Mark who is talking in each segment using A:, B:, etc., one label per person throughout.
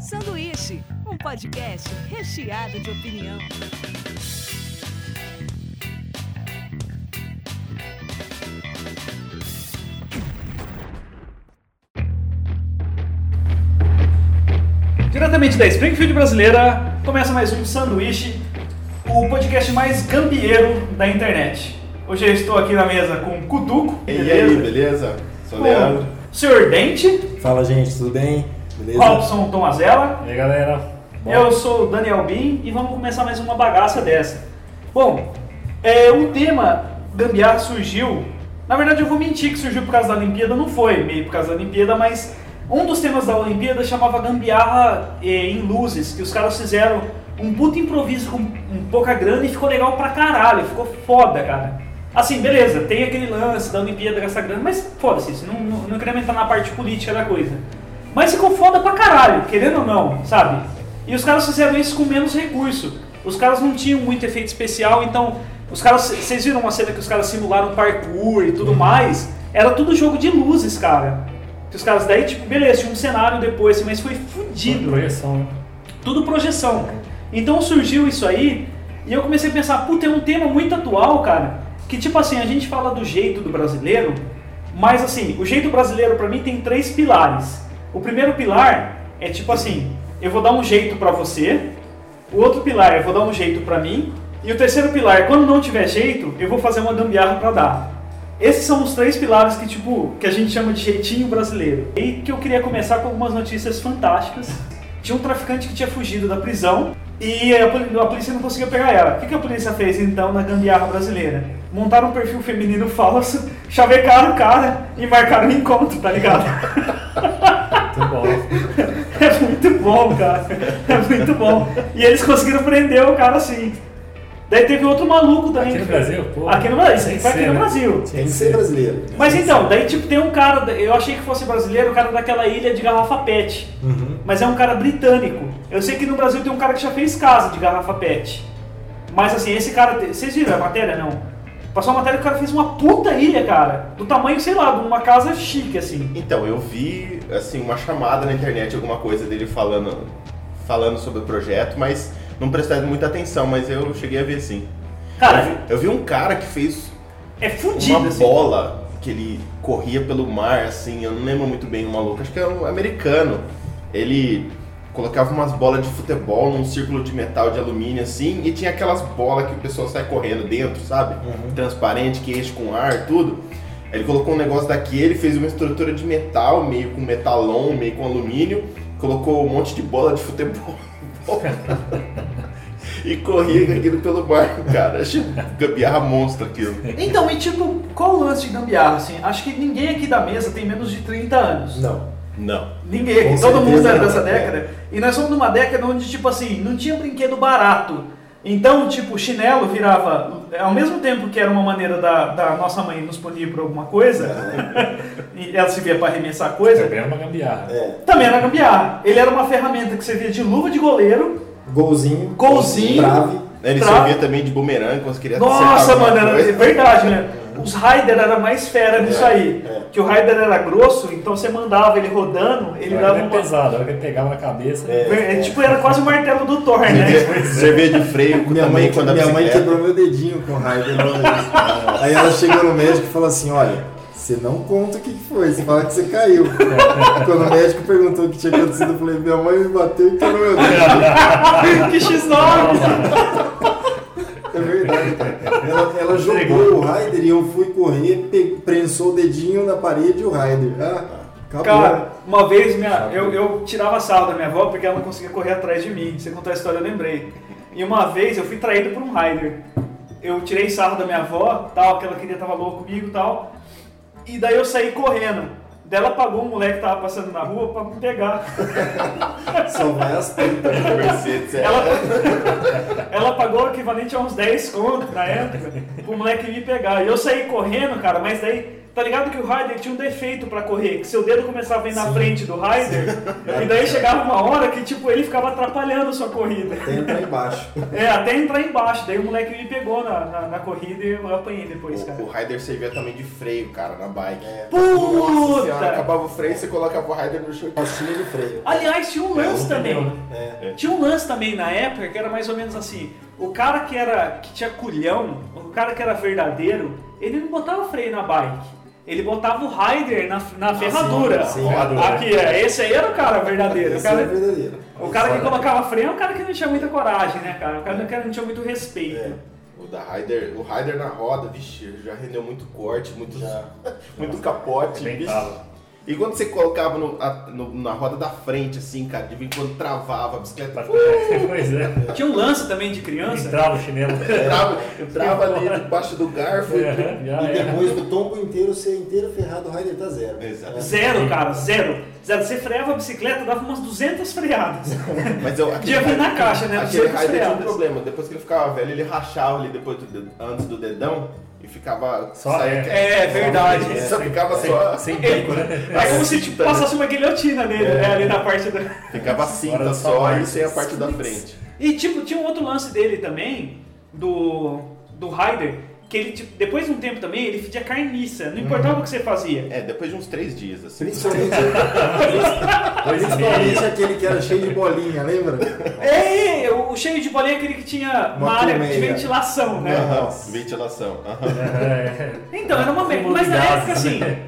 A: Sanduíche, um podcast recheado de opinião.
B: Diretamente da Springfield brasileira, começa mais um Sanduíche, o podcast mais gambieiro da internet. Hoje eu estou aqui na mesa com o Cutuco,
C: E aí, beleza? Sou
B: Com
C: Leandro.
B: o Sr. Dente,
D: Fala gente, tudo bem? Beleza?
B: Robson Tomazella,
E: E aí galera,
B: eu sou o Daniel Bin e vamos começar mais uma bagaça dessa. Bom, é, o tema gambiarra surgiu, na verdade eu vou mentir que surgiu por causa da Olimpíada, não foi meio por causa da Olimpíada, mas um dos temas da Olimpíada chamava gambiarra é, em luzes, que os caras fizeram um puto improviso com um pouca grana e ficou legal pra caralho, ficou foda, cara. Assim, beleza, tem aquele lance da Olimpíada gastar grana, mas foda-se, isso, não, não, não queria entrar na parte política da coisa. Mas ficou foda pra caralho, querendo ou não, sabe? E os caras fizeram isso com menos recurso. Os caras não tinham muito efeito especial, então os caras, vocês viram uma cena que os caras simularam parkour e tudo mais? Era tudo jogo de luzes, cara. Que os caras daí, tipo, beleza, tinha um cenário depois, mas foi fudido
E: projeção, né?
B: tudo projeção. Então surgiu isso aí e eu comecei a pensar, puta, é um tema muito atual, cara. Que tipo assim, a gente fala do jeito do brasileiro, mas assim, o jeito brasileiro pra mim tem três pilares. O primeiro pilar é tipo assim, eu vou dar um jeito pra você. O outro pilar, eu vou dar um jeito pra mim. E o terceiro pilar, quando não tiver jeito, eu vou fazer uma gambiarra pra dar. Esses são os três pilares que tipo, que a gente chama de jeitinho brasileiro. E que eu queria começar com algumas notícias fantásticas tinha um traficante que tinha fugido da prisão e a poli- a polícia não conseguia pegar ela. O que que a polícia fez então na gambiarra brasileira? Montaram um perfil feminino falso, chavecaram o cara e marcaram o encontro, tá ligado?
E: Muito bom.
B: É muito bom, cara. É muito bom. E eles conseguiram prender o cara assim. Daí teve outro maluco também.
E: Aqui no Brasil, pô.
B: Aqui no Brasil, isso
E: Tem
B: aqui
E: que
B: foi aqui
E: ser,
B: no
E: né?
B: Brasil.
D: Tem que ser brasileiro.
B: Mas então, daí tipo tem um cara, eu achei que fosse brasileiro, o cara daquela ilha de garrafa pet. Mas é um cara britânico. Eu sei que no Brasil tem um cara que já fez casa de garrafa pet. Mas assim, esse cara. te- Vocês viram a matéria? Não. Passou uma matéria que o cara fez uma puta ilha, cara. Do tamanho, sei lá, de uma casa chique, assim.
C: Então, eu vi assim uma chamada na internet, alguma coisa dele falando, falando sobre o projeto, mas não prestei muita atenção, mas eu cheguei a ver sim. eu,
B: Cara,
C: vi, eu vi um cara que fez
B: é fudido,
C: uma
B: assim.
C: bola que ele corria pelo mar, assim, eu não lembro muito bem o maluco, acho que era um americano. Ele colocava umas bolas de futebol num círculo de metal de alumínio assim, e tinha aquelas bolas que o pessoal sai correndo dentro, sabe? Transparente, que enche com ar, tudo. Ele colocou um negócio daquele, fez uma estrutura de metal, meio com metalon, meio com alumínio, colocou um monte de bola de futebol. E corria com aquilo pelo mar, cara. Achei gambiarra monstro aquilo.
B: Então, e tipo, qual o lance de gambiarra, assim? Acho que ninguém aqui da mesa tem menos de 30 anos.
D: Não.
C: Não.
B: Ninguém,
D: Com
B: todo mundo
D: certeza
B: era
D: não,
B: dessa
D: é.
B: década. E nós somos numa década onde, tipo assim, não tinha brinquedo barato. Então, tipo, o chinelo virava. Ao mesmo tempo que era uma maneira da, da nossa mãe nos punir por alguma coisa, e ela se via para arremessar coisa,
E: Também era uma gambiarra.
D: É.
B: também era gambiarra. Ele era uma ferramenta que servia de luva de goleiro.
D: Golzinho.
B: Golzinho.
D: Trave.
C: Né, Ele
B: Tra-
C: servia também de bumerangue quando queria
B: Nossa,
C: acertar
B: mano,
C: alguma
B: era, é
C: coisa.
B: verdade, né? Os Raider era mais fera nisso aí.
D: é.
B: Que o Raider era grosso, então você mandava ele rodando, ele
E: Ele
D: né?
B: dava
E: era
B: uma.
E: pesado, a hora que ele pegava na cabeça.
D: É.
B: É, tipo, era quase o martelo do Thor, né?
C: Servia de freio com
D: Minha mãe,
C: também quando a
D: minha mãe
C: bicicleta.
D: quebrou meu dedinho com raiva. Aí ela chegou no médico e falou assim, olha, você não conta o que que foi, você fala que você caiu. Quando o médico perguntou o que tinha acontecido, eu falei, minha mãe me bateu e quebrou meu dedo.
B: que X9!
D: É verdade, cara. Ela, ela jogou o Raider e eu fui correr, pe- prensou o dedinho na parede e o Raider. Ah, acabou.
B: Cara, uma vez minha, eu, eu tirava sarro da minha avó porque ela não conseguia correr atrás de mim. Você contar a história, eu lembrei. E uma vez eu fui traído por um rider. Eu tirei sarro da minha avó, tal, que ela queria tava louco comigo e tal. E daí eu saí correndo. Daí ela pagou um moleque que tava passando na rua pra me pegar.
D: Só vai as tentas.
C: Mercedes, é.
B: Ela, ela pagou o equivalente a uns 10 conto na época pro moleque me pegar. E eu saí correndo, cara, mas daí Tá ligado que o Rider tinha um defeito pra correr, que seu dedo começava a ir na frente do Rider, e daí chegava uma hora que tipo ele ficava atrapalhando a sua corrida.
D: Tem lá embaixo.
B: É, até entrar embaixo, daí o moleque me pegou na, na, na corrida e eu apanhei depois,
C: O,
B: cara.
C: o Rider servia também de freio, cara, na bike. É. Nossa senhora,
B: Puta!
C: acabava o freio, você colocava o Rider no chão.
D: Pastilha de freio.
B: Aliás, tinha um lance também.
C: né?
D: É.
B: Tinha um lance também na época que era mais ou menos assim. O cara que era que tinha culhão, o cara que era verdadeiro, ele não botava freio na bike. Ele botava o rider na, na ferradura.
D: Ah, sim,
B: Ó,
E: ferradura.
B: Aqui, é, esse aí era o cara verdadeiro. O
D: Esse é É.
B: cara,
D: verdadeiro.
B: o cara que colocava freio é um cara que não tinha muita coragem, né, cara? O cara que não tinha muito respeito.
C: O da Rider, o Rider na roda, vixe, já rendeu muito corte, muito,
D: Já.
C: muito capote,
E: Bem
C: vixe.
E: tava.
C: E quando você colocava no- a- no- na roda da frente, assim, cara, de vez em quando travava a bicicleta,
E: Pois é.
B: Tinha um lance também de criança.
E: Entrava o chinelo.
C: entrava, entrava ali debaixo do garfo.
E: É, já
D: E
E: era.
D: depois do tombo inteiro ser inteiro ferrado, o Raider tá zero.
C: Exato.
B: Zero, cara, zero. Zero. Você freava a bicicleta, dava umas 200 freadas.
C: Mas eu, aquele
B: Devia vir na caixa, né?
C: Aquele
B: Sempre
C: Raider tinha um
B: freadas.
C: problema. Depois que ele ficava velho, ele rachava ali depois do ded- antes do dedão e ficava.
E: Só
C: saía-
E: é.
B: É verdade.
C: É, só ficava só.
E: Sem bico, né?
B: É como se tipo, passasse uma guilhotina nele, né? Ali na parte da.
C: Ficava
E: Fora da
C: cinta
E: sua
C: só
E: marca.
C: e sem a parte da frente.
B: E tipo, tinha um outro lance dele também, do. do Ryder, que ele, tipo, depois de um tempo também, ele fedia carniça. Não importava o que você fazia.
C: É, depois de uns três dias, assim.
D: Principalmente,
E: Dois e meio.
D: principalmente aquele que era cheio de bolinha, lembra?
B: É, o o cheio de bolinha é aquele que tinha uma,
D: Uma
B: área de
D: colmeia.
B: ventilação, né?
C: Aham,
D: Nossa.
C: ventilação. aham.
E: É,
B: Então, era uma merda.
E: Acúmulo
B: Mas
E: de
B: na
E: gases,
B: época, assim,
E: né?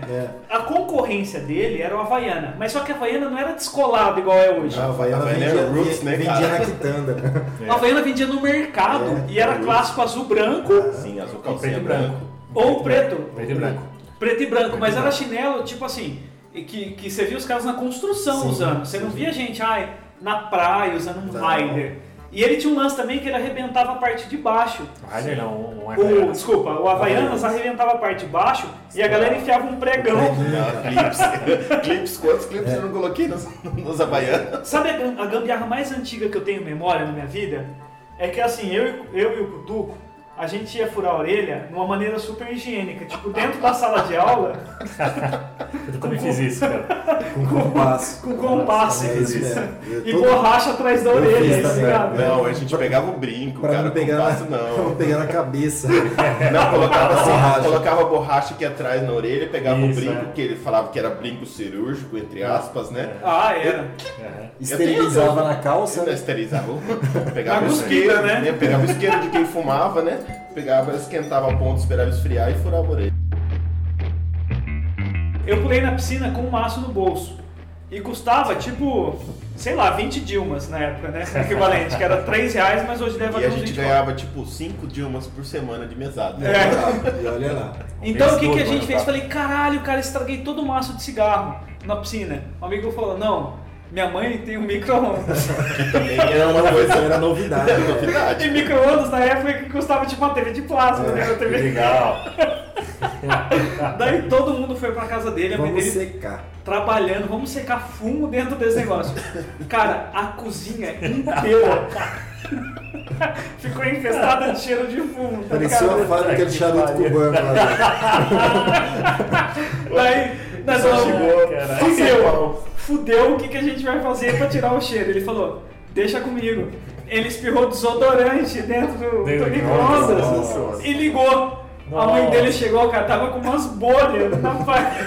D: É.
B: a concorrência dele era o Havaiana. Mas só que a Havaiana não era descolada igual é hoje.
D: A Havaiana
C: Havaiana
D: vendia,
C: Roots, né,
D: vendia né?
C: cara?
D: na quitanda.
B: A Havaiana vendia no mercado
D: É,
B: e era
C: é.
B: clássico azul-branco
C: Sim, azul calcinha
E: Preto e
C: branco.
B: ou preto.
E: Preto e branco.
B: Preto e branco, mas era chinelo, tipo assim, e que, que você via os caras na construção
D: Sim,
B: usando. Você não via gente, ai, na praia usando um
D: Não.
B: rider. E ele tinha um lance também que ele arrebentava a parte de baixo.
E: Rider não, um
B: O,
E: Rider.
B: desculpa, o Havaianas
D: Havaianas.
B: arrebentava a parte de baixo e a galera enfiava um pregão.
C: Ah, clips. clips, quantos clips eu não coloquei nos, nos Havaianas?
B: Sabe a, gam- a gambiarra mais antiga que eu tenho memória na minha vida? É que assim, eu, e- eu e o Duco, a gente ia furar a orelha de uma maneira super higiênica. Tipo, dentro da sala de aula,
E: Eu também fiz isso, cara.
D: Com compasso.
B: com compasso.
D: É isso
E: isso.
D: mesmo. Eu
B: E
D: todo-
B: borracha atrás da
D: Eu
B: orelha, tá
D: fiz tá
B: esse
D: também.
B: cara.
C: Não, a gente pegava o brinco,
D: Pra
C: cara.
D: não pegar,
C: compasso,
D: na, pra
C: não.
D: não pegar na cabeça.
C: Não, colocava assim,
D: Borracha.
C: colocava a borracha aqui atrás na orelha, pegava
E: Isso,
C: o brinco,
E: é.
C: que ele falava que era brinco cirúrgico,
B: É.
C: entre aspas, né?
B: Ah, era.
E: É.
D: Esterilizava na calça. né?
C: Não, Esterilizava. Pegava
B: Na
C: o
B: cusqueira,
C: isqueiro,
B: né?
C: Pegava o isqueiro de quem fumava, né? Pegava, esquentava a ponta, esperava esfriar e furava a orelha.
B: Eu pulei na piscina com um maço no bolso. E custava, tipo, sei lá, 20 Dilmas na época, né? Equivalente, que era 3 reais, mas hoje deve
C: E
B: valer
C: a
B: uns
C: gente
B: 20
C: ganhava, tipo, 5 Dilmas por semana de mesada.
B: É.
D: E olha lá.
B: Então o que,
E: Mesmo
B: que a gente
E: ano,
B: fez?
E: tá?
B: Falei, caralho, cara, estraguei todo o maço de cigarro na piscina. Um amigo falou, não, minha mãe tem um micro-ondas.
C: Também era uma
D: Isso
C: coisa
D: era novidade. né?
C: novidade.
B: e micro-ondas na época que custava tipo uma TV de plasma,
C: É.
B: né? Uma
E: Que
B: TV.
E: É. legal.
B: Daí todo mundo foi pra casa dele, a mãe
D: Vamos
B: dele
D: secar.
B: trabalhando, vamos secar fumo dentro desse negócio. Cara, a cozinha inteira ficou infestada de cheiro de fumo. Tá
D: Parecia a
B: ligado?
D: fábrica de
E: que
D: charuto
E: pariu.
D: cubano lá. né? dentro.
B: Daí, nós
C: Só
B: falamos,
C: chegou.
E: Caralho.
B: fudeu, fudeu, o que, que a gente vai fazer pra tirar o cheiro? Ele falou, deixa comigo. Ele espirrou desodorante dentro do, do
E: Dentro do
B: micro-ondas
E: micro-ondas.
B: e ligou. A mãe
E: Nossa.
B: dele chegou, cara, tava com umas bolhas na parte.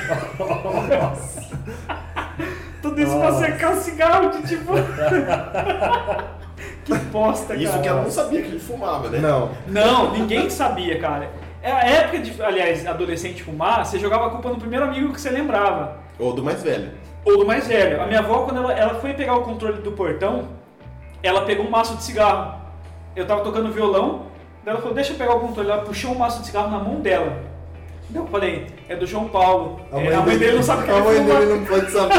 B: Tudo isso pra
E: Nossa.
B: secar o cigarro de tipo. que bosta, cara.
C: Isso que é um- ela não sabia que ele fumava, né?
D: Não.
B: Não, ninguém sabia, cara. É a época de, aliás, adolescente fumar, você jogava a culpa no primeiro amigo que você lembrava.
C: Ou do mais velho.
B: Ou do mais velho. A minha avó, quando ela, ela foi pegar o controle do portão, ela pegou um maço de cigarro. Eu tava tocando violão, daí ela falou, deixa eu pegar o controle. Ela puxou um maço de cigarro na mão dela. Daí eu falei, é do João Paulo. É, A mãe, dele, não sabe o que
D: A
B: ele
D: mãe
B: fuma.
D: dele não pode saber.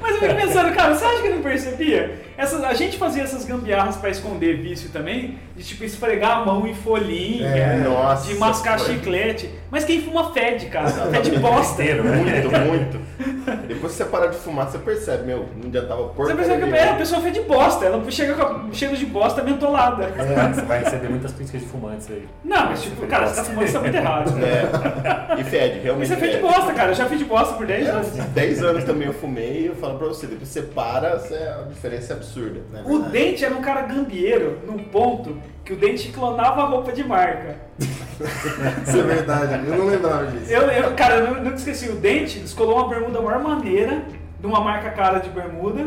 B: Mas eu fico pensando, cara, você acha que eu não percebia? essas, a gente fazia essas gambiarras pra esconder vício também, de tipo esfregar a mão em folhinha,
D: É,
C: nossa,
B: de mascar
C: foi.
B: chiclete. Mas quem fuma fede, cara. Fede bosta.
E: Inteiro, né?
C: Muito, muito. Depois que você parar de fumar, você percebe, meu, um não adiantava porra.
B: Você percebe que é, a pessoa fede bosta, ela chega com a- cheiro de bosta mentolada.
C: É.
E: Você vai receber muitas críticas de fumantes aí.
B: Não, mas tipo, cara, você tá fumando, você tá muito errado.
C: É. E fede,
B: Mas
C: realmente.
B: você fede
C: fede.
B: bosta, cara. Eu já fede bosta por 10 anos.
C: É, 10 anos também eu fumei e eu falo pra você, depois que você para, você- a diferença é absurda. né?
B: O Dente era um cara gambieiro num ponto que o Dente clonava a roupa de marca.
D: Isso é verdade, eu não lembrava disso.
B: Eu, eu- cara, eu nu- nunca esqueci. O Dente descolou uma bermuda maior maneira, de uma marca cara de bermuda.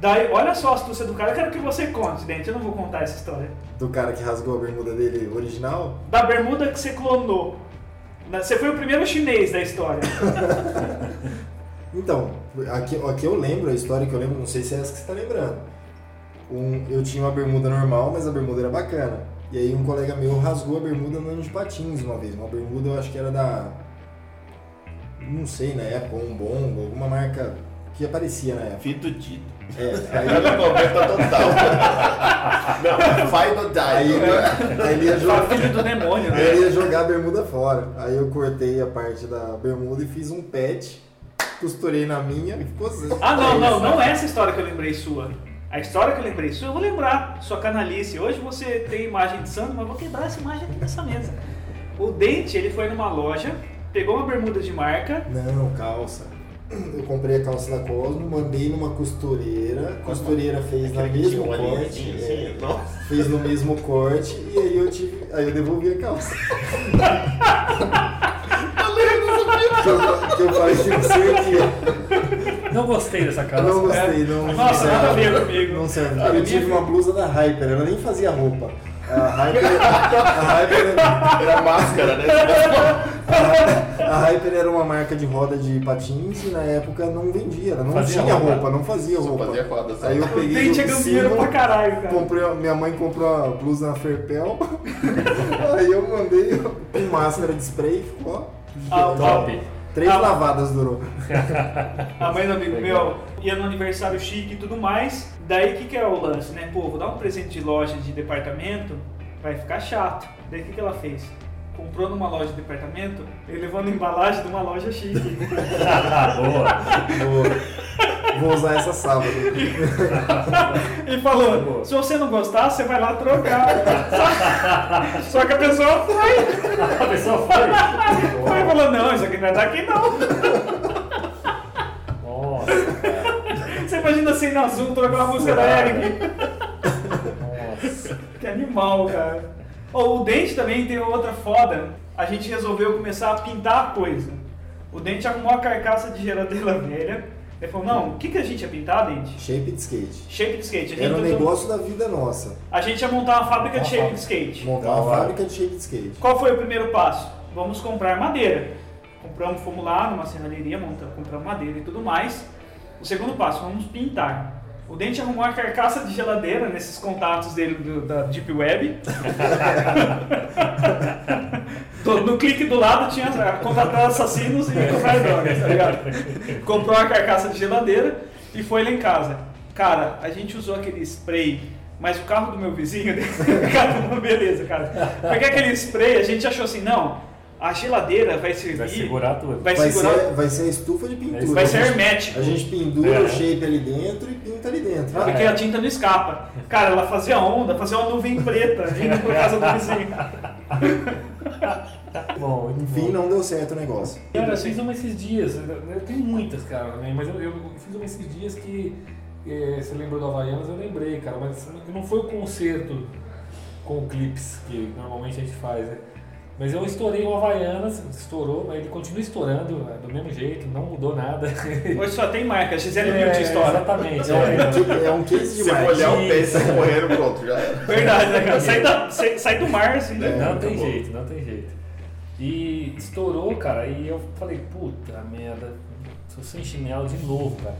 B: Daí, olha só a astúcia do cara. Eu quero que você conte, Dente. Eu não vou contar essa história.
D: Do cara que rasgou a bermuda dele original?
B: Da bermuda que você clonou. Na- Você foi o primeiro chinês da história.
D: Então, aqui, aqui eu lembro, a história que eu lembro, não sei se é essa que você tá lembrando. Um, eu tinha uma bermuda normal, mas a bermuda era bacana. E aí um colega meu rasgou a bermuda andando de patins uma vez. Uma bermuda eu acho que era da. Não sei na época, um bongo, alguma marca que aparecia na época.
C: Fito dito.
D: É,
C: Aí ele completa total. Não, vai do É.
D: aí,
C: die.
D: ele- aí ele ia
B: Fala,
D: jogar.
B: Filho do demônio,
C: É.
B: né?
D: Eu ia jogar a bermuda fora. Aí eu cortei a parte da bermuda e fiz um patch, costurei na minha e ficou assim.
B: Ah, não, não, não é essa história que eu lembrei sua. A história que eu lembrei sua, eu vou lembrar. Sua canalice. Hoje você tem imagem de santo, mas eu vou quebrar essa imagem aqui dessa mesa. O Dente, ele foi numa loja, pegou uma bermuda de marca.
D: Não, calça. Eu comprei a calça da Cosmo, mandei numa costureira. A costureira fez na
C: Aquele que tinha
D: mesmo
C: um
D: corte.
C: alinhadinho
D: é,
C: assim, nossa.
D: fez no mesmo corte e aí eu tive. Aí eu devolvi a calça. que, eu, que eu falei que não servia.
E: Não gostei dessa
D: Eu
E: calça.
D: não gostei, não.
B: Nossa,
D: não
B: nada a ver
D: serve.
B: comigo.
D: Não serve. Eu tive uma blusa da Hyper, ela nem fazia roupa. A Hyper, a Hyper,
C: Era máscara, né?
D: a Hyper era uma marca de roda de patins e na época não vendia, ela não
E: Fazia
D: tinha
E: roupa.
D: roupa, não fazia
C: Só
D: roupa.
C: fazia roda, só.
D: Aí eu
C: O
B: O
D: peguei
B: Dente é
D: do
B: gambiero
D: Simo,
B: pra caralho, cara.
D: comprei, a- minha mãe comprou a blusa na Ferpel, aí eu mandei com máscara de spray, ficou
B: Ah,
E: Top.
D: três
B: Ah.
D: lavadas durou.
B: A mãe do Ah, amigo
E: Legal.
B: meu ia no aniversário chique e tudo mais. Daí o que, que é o lance, né? Pô, vou dar um presente de loja de departamento, vai ficar chato. Daí o que, que ela fez? Comprou numa loja de departamento e levou na embalagem de uma loja chique.
E: Ah, boa.
D: Vou, vou usar essa sábado.
B: e falou: se você não gostar, você vai lá trocar. Só, só que a pessoa foi.
E: A pessoa foi.
B: Foi e falou: não, isso aqui não é daqui não.
E: Nossa,
B: Você imagina assim na Zoom trocar uma música da Eric.
E: nossa.
B: Que animal, cara. Ó, o Dente também tem outra foda. A gente resolveu começar a pintar a coisa. O Dente arrumou a carcaça de geladeira velha. Ele falou, não, o que, que a gente ia pintar, Dente?
D: Shape de skate.
B: Shape de skate. A gente,
D: Era um
B: tentou-
D: negócio da vida nossa.
B: a gente ia montar uma fábrica de shape de skate.
D: Montar
E: Da
D: uma
E: hora.
D: fábrica de shape de skate.
B: Qual foi o primeiro passo? Vamos comprar madeira. Compramos, fomos lá numa serralheria, montamos, compramos madeira e tudo mais. O segundo passo, vamos pintar. O Dente arrumou a carcaça de geladeira nesses contatos dele do- da Deep Web. Do- no clique do lado tinha ah, contratar assassinos e comprar drogas, tá ligado? Comprou uma carcaça de geladeira e foi lá em casa. Cara, a gente usou aquele spray, mas o carro do meu vizinho, cara, beleza, cara. Porque aquele spray, a gente achou assim, não, a geladeira vai servir,
E: Vai segurar tudo.
B: vai
D: Vai
B: segurar,
D: ser, vai ser a estufa de pintura.
B: vai ser
D: A gente-
B: hermético.
D: A gente pendura
E: É.
D: o shape ali dentro e pinta ali dentro. Ah,
B: Porque a tinta não escapa. Cara, ela fazia onda, fazia uma nuvem preta vindo por casa do vizinho.
E: Bom,
D: Enfim, assim. não deu certo o negócio.
E: Cara, eu fiz uma esses dias, eu eu tenho muitas, cara, né? mas eu, eu fiz uma esses dias que eh, você lembrou do Havaianas, eu lembrei, cara, mas não foi o concerto com clips que normalmente a gente faz, né? Mas eu estourei o Havaianas, estourou, mas ele continua estourando né, do mesmo jeito, não mudou nada.
B: Hoje só tem marca, Gisele Bilt
E: É,
B: história.
E: Exatamente.
D: É um,
E: é.
D: que- é um case
C: Se
D: de
C: você olhar o
D: marketing.
C: pé e sair correndo, pronto, já era.
B: Verdade, né, cara? Sai, da- sai- sai do mar, assim, né?
E: não tem
C: acabou.
E: jeito, não tem jeito. E estourou, cara, e eu falei, puta merda, tô sem chinelo de novo, cara.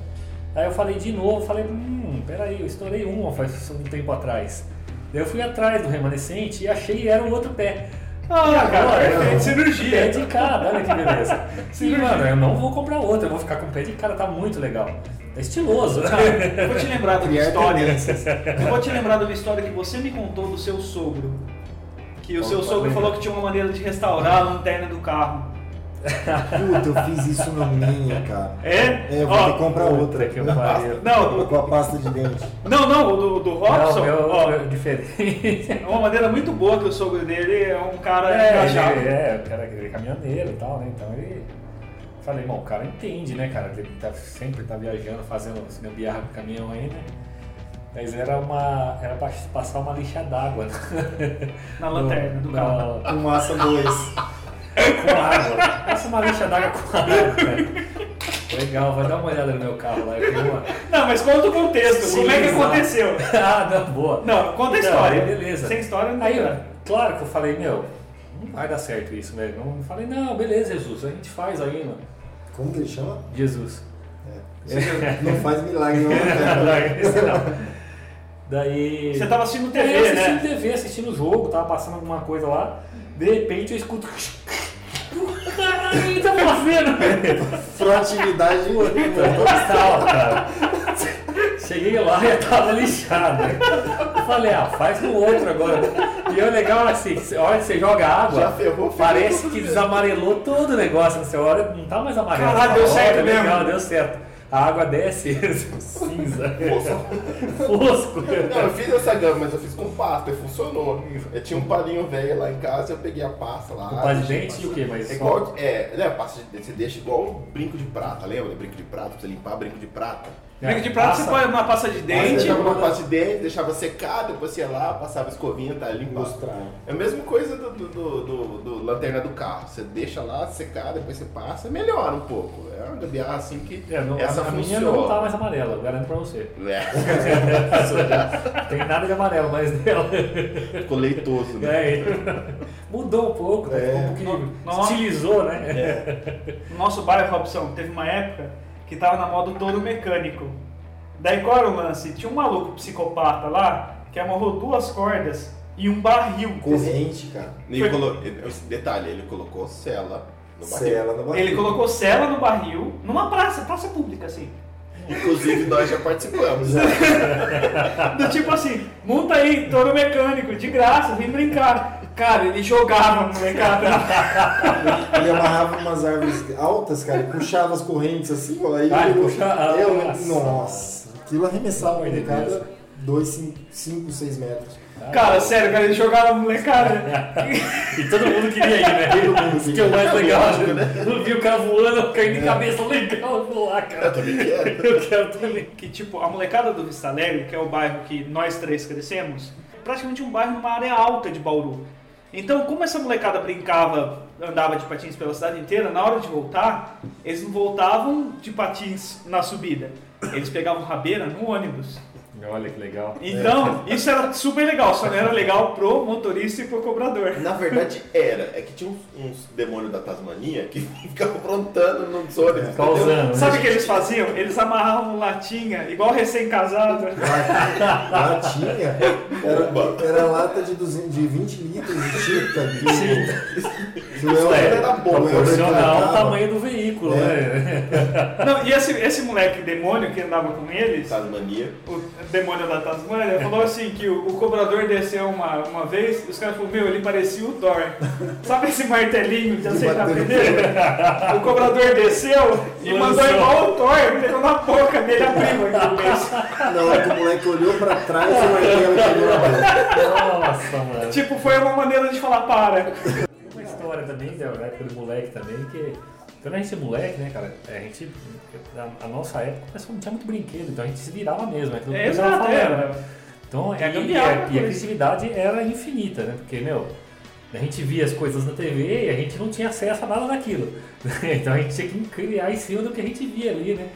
E: Aí eu falei de novo, falei, hum, peraí, eu estourei uma faz um tempo atrás. Daí eu fui atrás do remanescente e achei e era um outro pé.
B: Ah, cara,
E: é.
B: perfeito,
E: Pé
B: cirurgia.
E: de cara, olha que beleza. Sim, mano, eu não vou comprar outra, eu vou ficar com pé de cara, tá muito legal. Tá estiloso.
B: Cara, vou te lembrar da
E: é
B: minha
D: Criar
B: história.
D: tendências.
B: Eu vou te lembrar de uma história que você me contou do seu sogro. Que o seu
E: Opa,
B: sogro
E: lembra.
B: falou que tinha uma maneira de restaurar a lanterna do carro.
D: Puta, eu fiz isso na minha, cara.
B: É?
D: É, eu vou ter
B: Ó,
D: que comprar outra.
E: que eu faria.
B: Não,
D: Com a pasta de dente.
B: não, não, o do, do Robson,
E: Não, meu,
B: ó,
E: meu, diferente.
B: é uma maneira muito boa que o sogro dele é um cara engajado.
E: ele, é, o cara ele é caminhoneiro e tal, né? Então ele. Falei, bom, o cara entende, né, cara? Ele tá, sempre tá viajando, fazendo esse gambiarra com o caminhão aí, né? Mas era uma. Era pra passar uma lixa d'água. né?" é.
B: Na lanterna do
E: No-
B: carro.
E: na-
D: Com massa 2.
E: com água. Passa uma lixa d'água com água. cara. Legal, vai dar uma olhada no meu carro lá. Eu tenho uma...
B: Não, mas conta o contexto,
E: Sim,
B: como é que
E: exato.
B: aconteceu?
E: ah, não, boa.
B: Não, conta a
E: Não,
B: história.
E: beleza.
B: Sem história não
E: Aí,
B: tem
E: ó,
B: nada.
E: claro que eu falei, meu, não vai dar certo isso, né? Não falei, não, beleza, Jesus, a gente faz aí, mano.
D: Como que ele chama? É,
E: Jesus.
D: Não faz milagre, não.
E: Não,
D: cara.
E: não, esse não. Daí.
B: Tá, Você tava assistindo
E: É,
B: TV,
E: eu
B: né?
E: assistindo TV, assistindo o jogo, tava passando alguma coisa lá. De repente eu escuto. Caralho, ele tá fazendo?
D: Proatividade.
E: Puta, total, cara. Cheguei lá e eu tava lixado. Eu Falei, ah, faz no outro agora. E o legal é assim, a hora que você joga água,
C: Já ferrou, ferrou
E: parece
C: tudo
E: que
C: mesmo.
E: desamarelou todo o negócio. Você olha, não tá mais amarelo.
B: Caralho, deu
E: Olha,
B: certo
E: legal,
B: mesmo.
E: Deu certo. A água desce cinza. Fosco.
C: Não, eu fiz essa gama, mas eu fiz com pasta, e funcionou. Eu tinha um palinho velho lá em casa, eu peguei a pasta lá.
E: Com pasta de
C: deixei
E: dente
C: passar.
E: e o quê? Mas
C: é
E: só-
C: igual. É, né, pasta de dente, você deixa igual um brinco de prata, lembra? Brinco de prata, pra você limpar brinco de prata.
B: Brinco de prato, você
E: É, Passa- tá
B: põe uma pasta de
C: Aí
B: dente.
C: Você jogava uma pasta de dente, deixava secar, depois você ia lá, passava escovinha, tá limpando.
D: Mostrar.
C: É a mesma coisa do, do, do- do- do lanterna do carro. Você deixa lá secar, depois você passa, melhora um pouco. É uma gambiarra assim que
E: É, não,
C: essa
E: a a minha
C: funciona.
E: não tá mais amarela, eu garanto pra você.
C: É,
E: Não tem nada de amarelo mais nela.
C: ficou leitoso, né?
E: É, mudou um pouco, né? Ficou um pouquinho.
B: Nossa.
E: Estilizou, né?
B: No nosso bairro, Robson, teve uma época que tava na moda o touro mecânico. Daí qual era o lance? Tinha um maluco psicopata lá que amarrou duas cordas e um barril.
D: Corrente, cara.
C: Ele colo- ele- Detalhe, ele colocou cela no barril.
D: Cela na barriga.
B: Ele colocou cela no barril, numa praça, praça pública, assim.
C: Inclusive, nós já participamos.
D: Já.
B: Do tipo assim, monta aí, touro mecânico, de graça, vem brincar. Cara, ele jogava, molecada.
D: Ele amarrava umas árvores altas, cara, e puxava as correntes assim, ó. Aí
E: Ah, ele
D: eu-
E: puxa a-
D: eu-
E: nossa.
D: nossa, aquilo arremessava
E: Meu
D: ele cada
E: Deus.
D: 2, 5, 6 metros.
B: Cara, sério, cara, ele jogava, molecada.
E: E todo mundo queria ir, né?
D: Todo mundo
E: Isso
D: queria.
E: que é o mais
C: É
E: legal.
C: lógico, né?
E: Eu vi o cara voando, caindo de cabeça legal, eu vou lá, cara.
C: Eu também quero.
E: Eu quero também.
B: Que tipo, a molecada do Vista Alegre, que é o bairro que nós três crescemos, praticamente um bairro numa área alta de Bauru. Então, como essa molecada brincava, andava de patins pela cidade inteira, na hora de voltar, eles não voltavam de patins na subida. Eles pegavam rabeira no ônibus.
E: Olha que legal.
B: Então, isso era super legal, só não era legal pro motorista e pro cobrador.
C: Na verdade, era. É que tinha uns, uns demônios da Tasmania que ficavam aprontando nos ônibus.
D: É,
E: Tá
D: tá
C: entendeu?
E: Causando.
B: Sabe o que eles faziam? Eles amarravam latinha, igual recém-casado.
D: Latinha
C: Bomba.
D: era, era lata de, 200, de 20 litros de tinta. Que, que o tá
E: Isso
D: Elber-
E: é,
C: era bom,
D: o Elber
E: proporcional tá ao
D: tratava.
E: É tamanho do veículo, né?
B: Não, e esse, esse moleque demônio que andava com eles,
C: Tasmania.
B: o demônio da Tasmânia, falou assim que o, o cobrador desceu uma, uma vez e os caras falaram, meu, ele parecia o Thor. Sabe esse martelinho de aceitar
D: bater no
B: primeiro? O cobrador desceu e
E: Lançou.
B: mandou igual o Thor, pegou na boca dele a prima aqui mesmo.
D: Na hora é que o moleque olhou pra trás, o martelo chegou na boca.
E: Nossa, mano.
B: Tipo, foi uma maneira de falar, para.
E: Uma história também da época do moleque também, que quando a gente é moleque, né, cara, a gente, a, a nossa época, o pessoal não tinha muito brinquedo, então a gente se virava mesmo, né, que
B: É,
E: o pessoal
B: exato,
E: falava.
B: era.
E: Então,
B: É a
E: e- e,
B: gambiarra,
E: a, e a
B: coisa.
E: criatividade era infinita, né, porque, meu, a gente via as coisas na TV e a gente não tinha acesso a nada daquilo, então a gente tinha que criar em cima do que a gente via ali, né.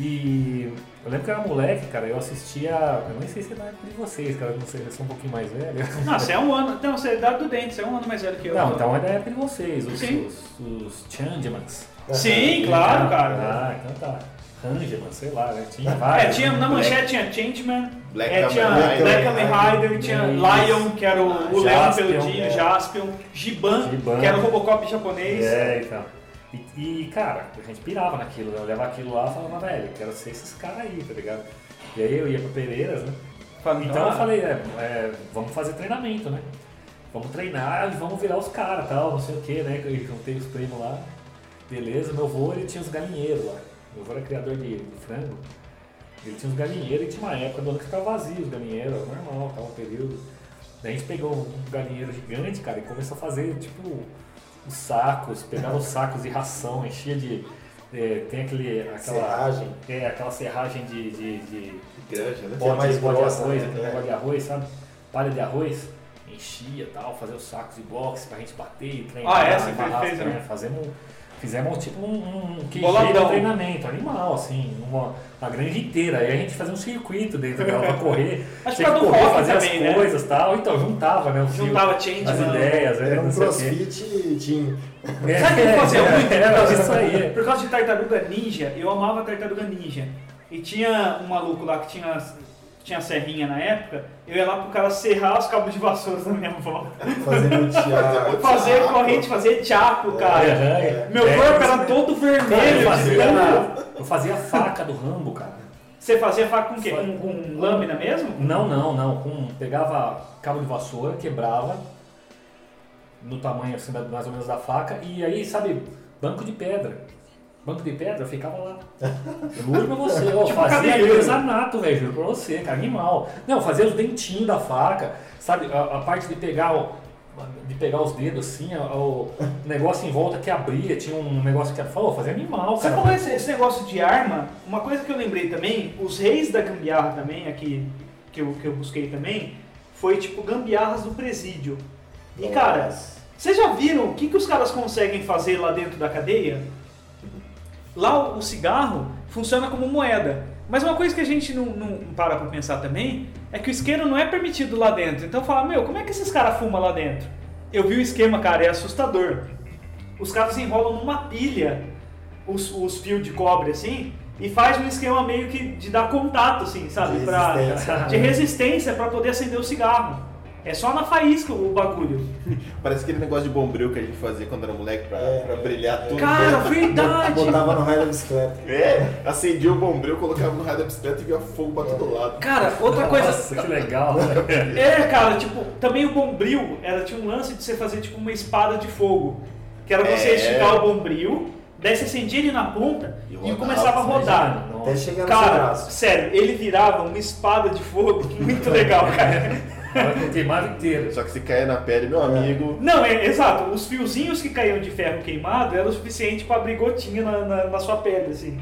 E: E eu lembro que eu era moleque, cara, eu assistia. Eu nem sei se é na época de vocês, cara, não sei, eu sou um pouquinho mais velho.
B: Não, você é um ano. Não, você é idade do dente, você é um ano mais velho que eu.
E: Não, então é da época de vocês, os,
B: Sim.
E: os, os Changemans.
B: Sim, claro,
E: Ah,
B: cara.
E: Ah, então tá. Rangerman, sei lá, né? Tinha
B: É,
E: várias.
B: tinha,
E: né?
B: na
C: Black-
B: manchete tinha Changeman,
C: Black
B: é,
C: Kamen
B: tinha
C: Rider.
B: Black Kamen Rider, tinha
E: Ah, Isso.
B: Lion, que era o, o leão
E: Jaspion,
B: peludinho,
E: é.
B: Jaspion, Giban,
E: Giban.
B: que era o Robocop japonês.
E: É, então. E, e, cara, a gente pirava naquilo, né? Eu olhava aquilo lá e falava, velho, eu quero ser esses caras aí, tá ligado? E aí eu ia pra Pereiras, né?
B: Falei,
E: Então
B: "Ah,
E: eu falei, é, é, vamos fazer treinamento, né? Vamos treinar e vamos virar os caras tal, não sei o que, né? Eu juntei os primos lá. Beleza, meu avô ele tinha os galinheiros lá. Meu avô era criador de frango. Ele tinha uns galinheiros e tinha uma época do ano que tava vazio os galinheiros, era normal, tava um período. Daí a gente pegou um galinheiro gigante, cara, e começou a fazer, tipo, os sacos, pegava os sacos de ração, enchia de. é, tem aquele, aquela
D: Serragem.
E: É, aquela serragem de- de- de
C: Granja, né?
D: Que é mais
E: Bote- bote de
D: grossa,
E: arroz,
D: né?
E: aquele
D: É.
E: negócio de arroz, sabe? Palha de arroz, enchia e tal, fazia os sacos de boxe pra gente bater e treinar.
B: Ah, é? Você
E: barraca,
B: fez, né?
E: Fazemos, fizemos tipo um, um QG
B: Boladão.
E: de treinamento, animal, assim, uma, uma granja inteira. Aí a gente fazia um circuito dentro dela pra correr.
B: Acho
E: tinha
B: que era
E: que
B: do
E: correr,
B: rock
E: fazer
B: também, né?
E: as coisas e tal. Então, juntava, né? o fio,
B: Juntava change,
E: as
B: mano.
E: ideias, né?
D: Era
E: Não
D: um
E: sei o quê.
D: crossfit team.
E: É,
B: Sabe o que
E: é,
B: eu fazia
E: é,
B: muito? então?
E: Era isso aí.
B: Por causa de Tartaruga Ninja, eu amava Tartaruga Ninja. E tinha um maluco lá que tinha, tinha serrinha na época, eu ia lá pro cara serrar os cabos de vassouras na minha volta.
D: Fazendo teatro.
B: Fazer
C: Tchaco.
B: corrente, fazer tchaco, cara.
E: Aham.
B: Meu
E: É,
B: corpo
E: isso
B: era
E: mesmo.
B: todo
E: Cara, eu
B: vermelho. assim,
E: fazia,
B: de tanto-
E: eu fazia a faca do Rambo, cara.
B: Você fazia faca com o quê?
E: Só-
B: Com, com lâmina mesmo?
E: Não, não, não. Com- pegava cabo de vassoura, quebrava no tamanho assim, da- mais ou menos da faca e aí, sabe, banco de pedra. Banco de pedra eu ficava lá. Juro pra você, ó,
B: Tipo
E: fazia
B: cadeiro.
E: artesanato, velho, juro pra você, cara, animal. Não, fazia os dentinhos da faca, sabe, a, a parte de pegar o. De pegar os dedos assim, ó, o negócio em volta que abria, tinha um negócio que falou, fazia animal,
B: Você
E: cara.
B: falou esse, esse negócio de arma, uma coisa que eu lembrei também, os reis da gambiarra também, aqui que eu, que eu busquei também, foi tipo gambiarras do presídio. E cara, vocês já viram o que, que os caras conseguem fazer lá dentro da cadeia? Lá o, o cigarro funciona como moeda. Mas uma coisa que a gente não, não para pra pensar também é que o isqueiro não é permitido lá dentro. Então fala, meu, como é que esses caras fumam lá dentro? Eu vi o esquema, cara, é assustador. Os caras enrolam numa pilha os, os fios de cobre assim e faz um esquema meio que de dar contato, assim, sabe?
D: De
B: pra-
D: resistência. né?
B: de resistência pra poder acender o cigarro. É só na faísca o bagulho.
C: Parece aquele negócio de bombril que a gente fazia quando era moleque pra,
D: É.
C: pra brilhar tudo.
B: Cara, verdade!
D: Botava no raio da bicicleta.
C: É, acendia o bombril, colocava no raio da bicicleta e via fogo pra todo lado.
B: Cara, outra coisa.
E: Nossa, que legal, né?
B: É, cara, tipo, também o bombril era, tinha um lance de você fazer tipo uma espada de fogo. Que era você
C: É.
B: esticar o bombril, daí você acendia ele na ponta
C: E
B: e,
C: rodava,
B: começava a rodar.
D: Até chegar no seu
B: Cara,
D: braço.
B: sério, ele virava uma espada de fogo muito legal, cara.
E: Nossa, queimava inteiro.
C: Só que se cair na pele, meu amigo.
B: Não, é exato, os fiozinhos que caíam de ferro queimado era o suficiente pra abrir gotinha na, na- na sua pele, assim.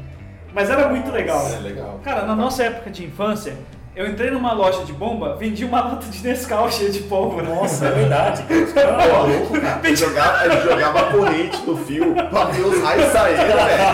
B: Mas era muito legal.
C: É legal.
B: Cara, na nossa época de infância, eu entrei numa loja de bomba, vendi uma lata de Nescau cheia de pólvora.
E: Nossa, é verdade. cara. Os
B: Tá
E: caras eram malucos, cara.
C: Ele jogava, ele jogava a corrente no fio pra ver os raios saindo,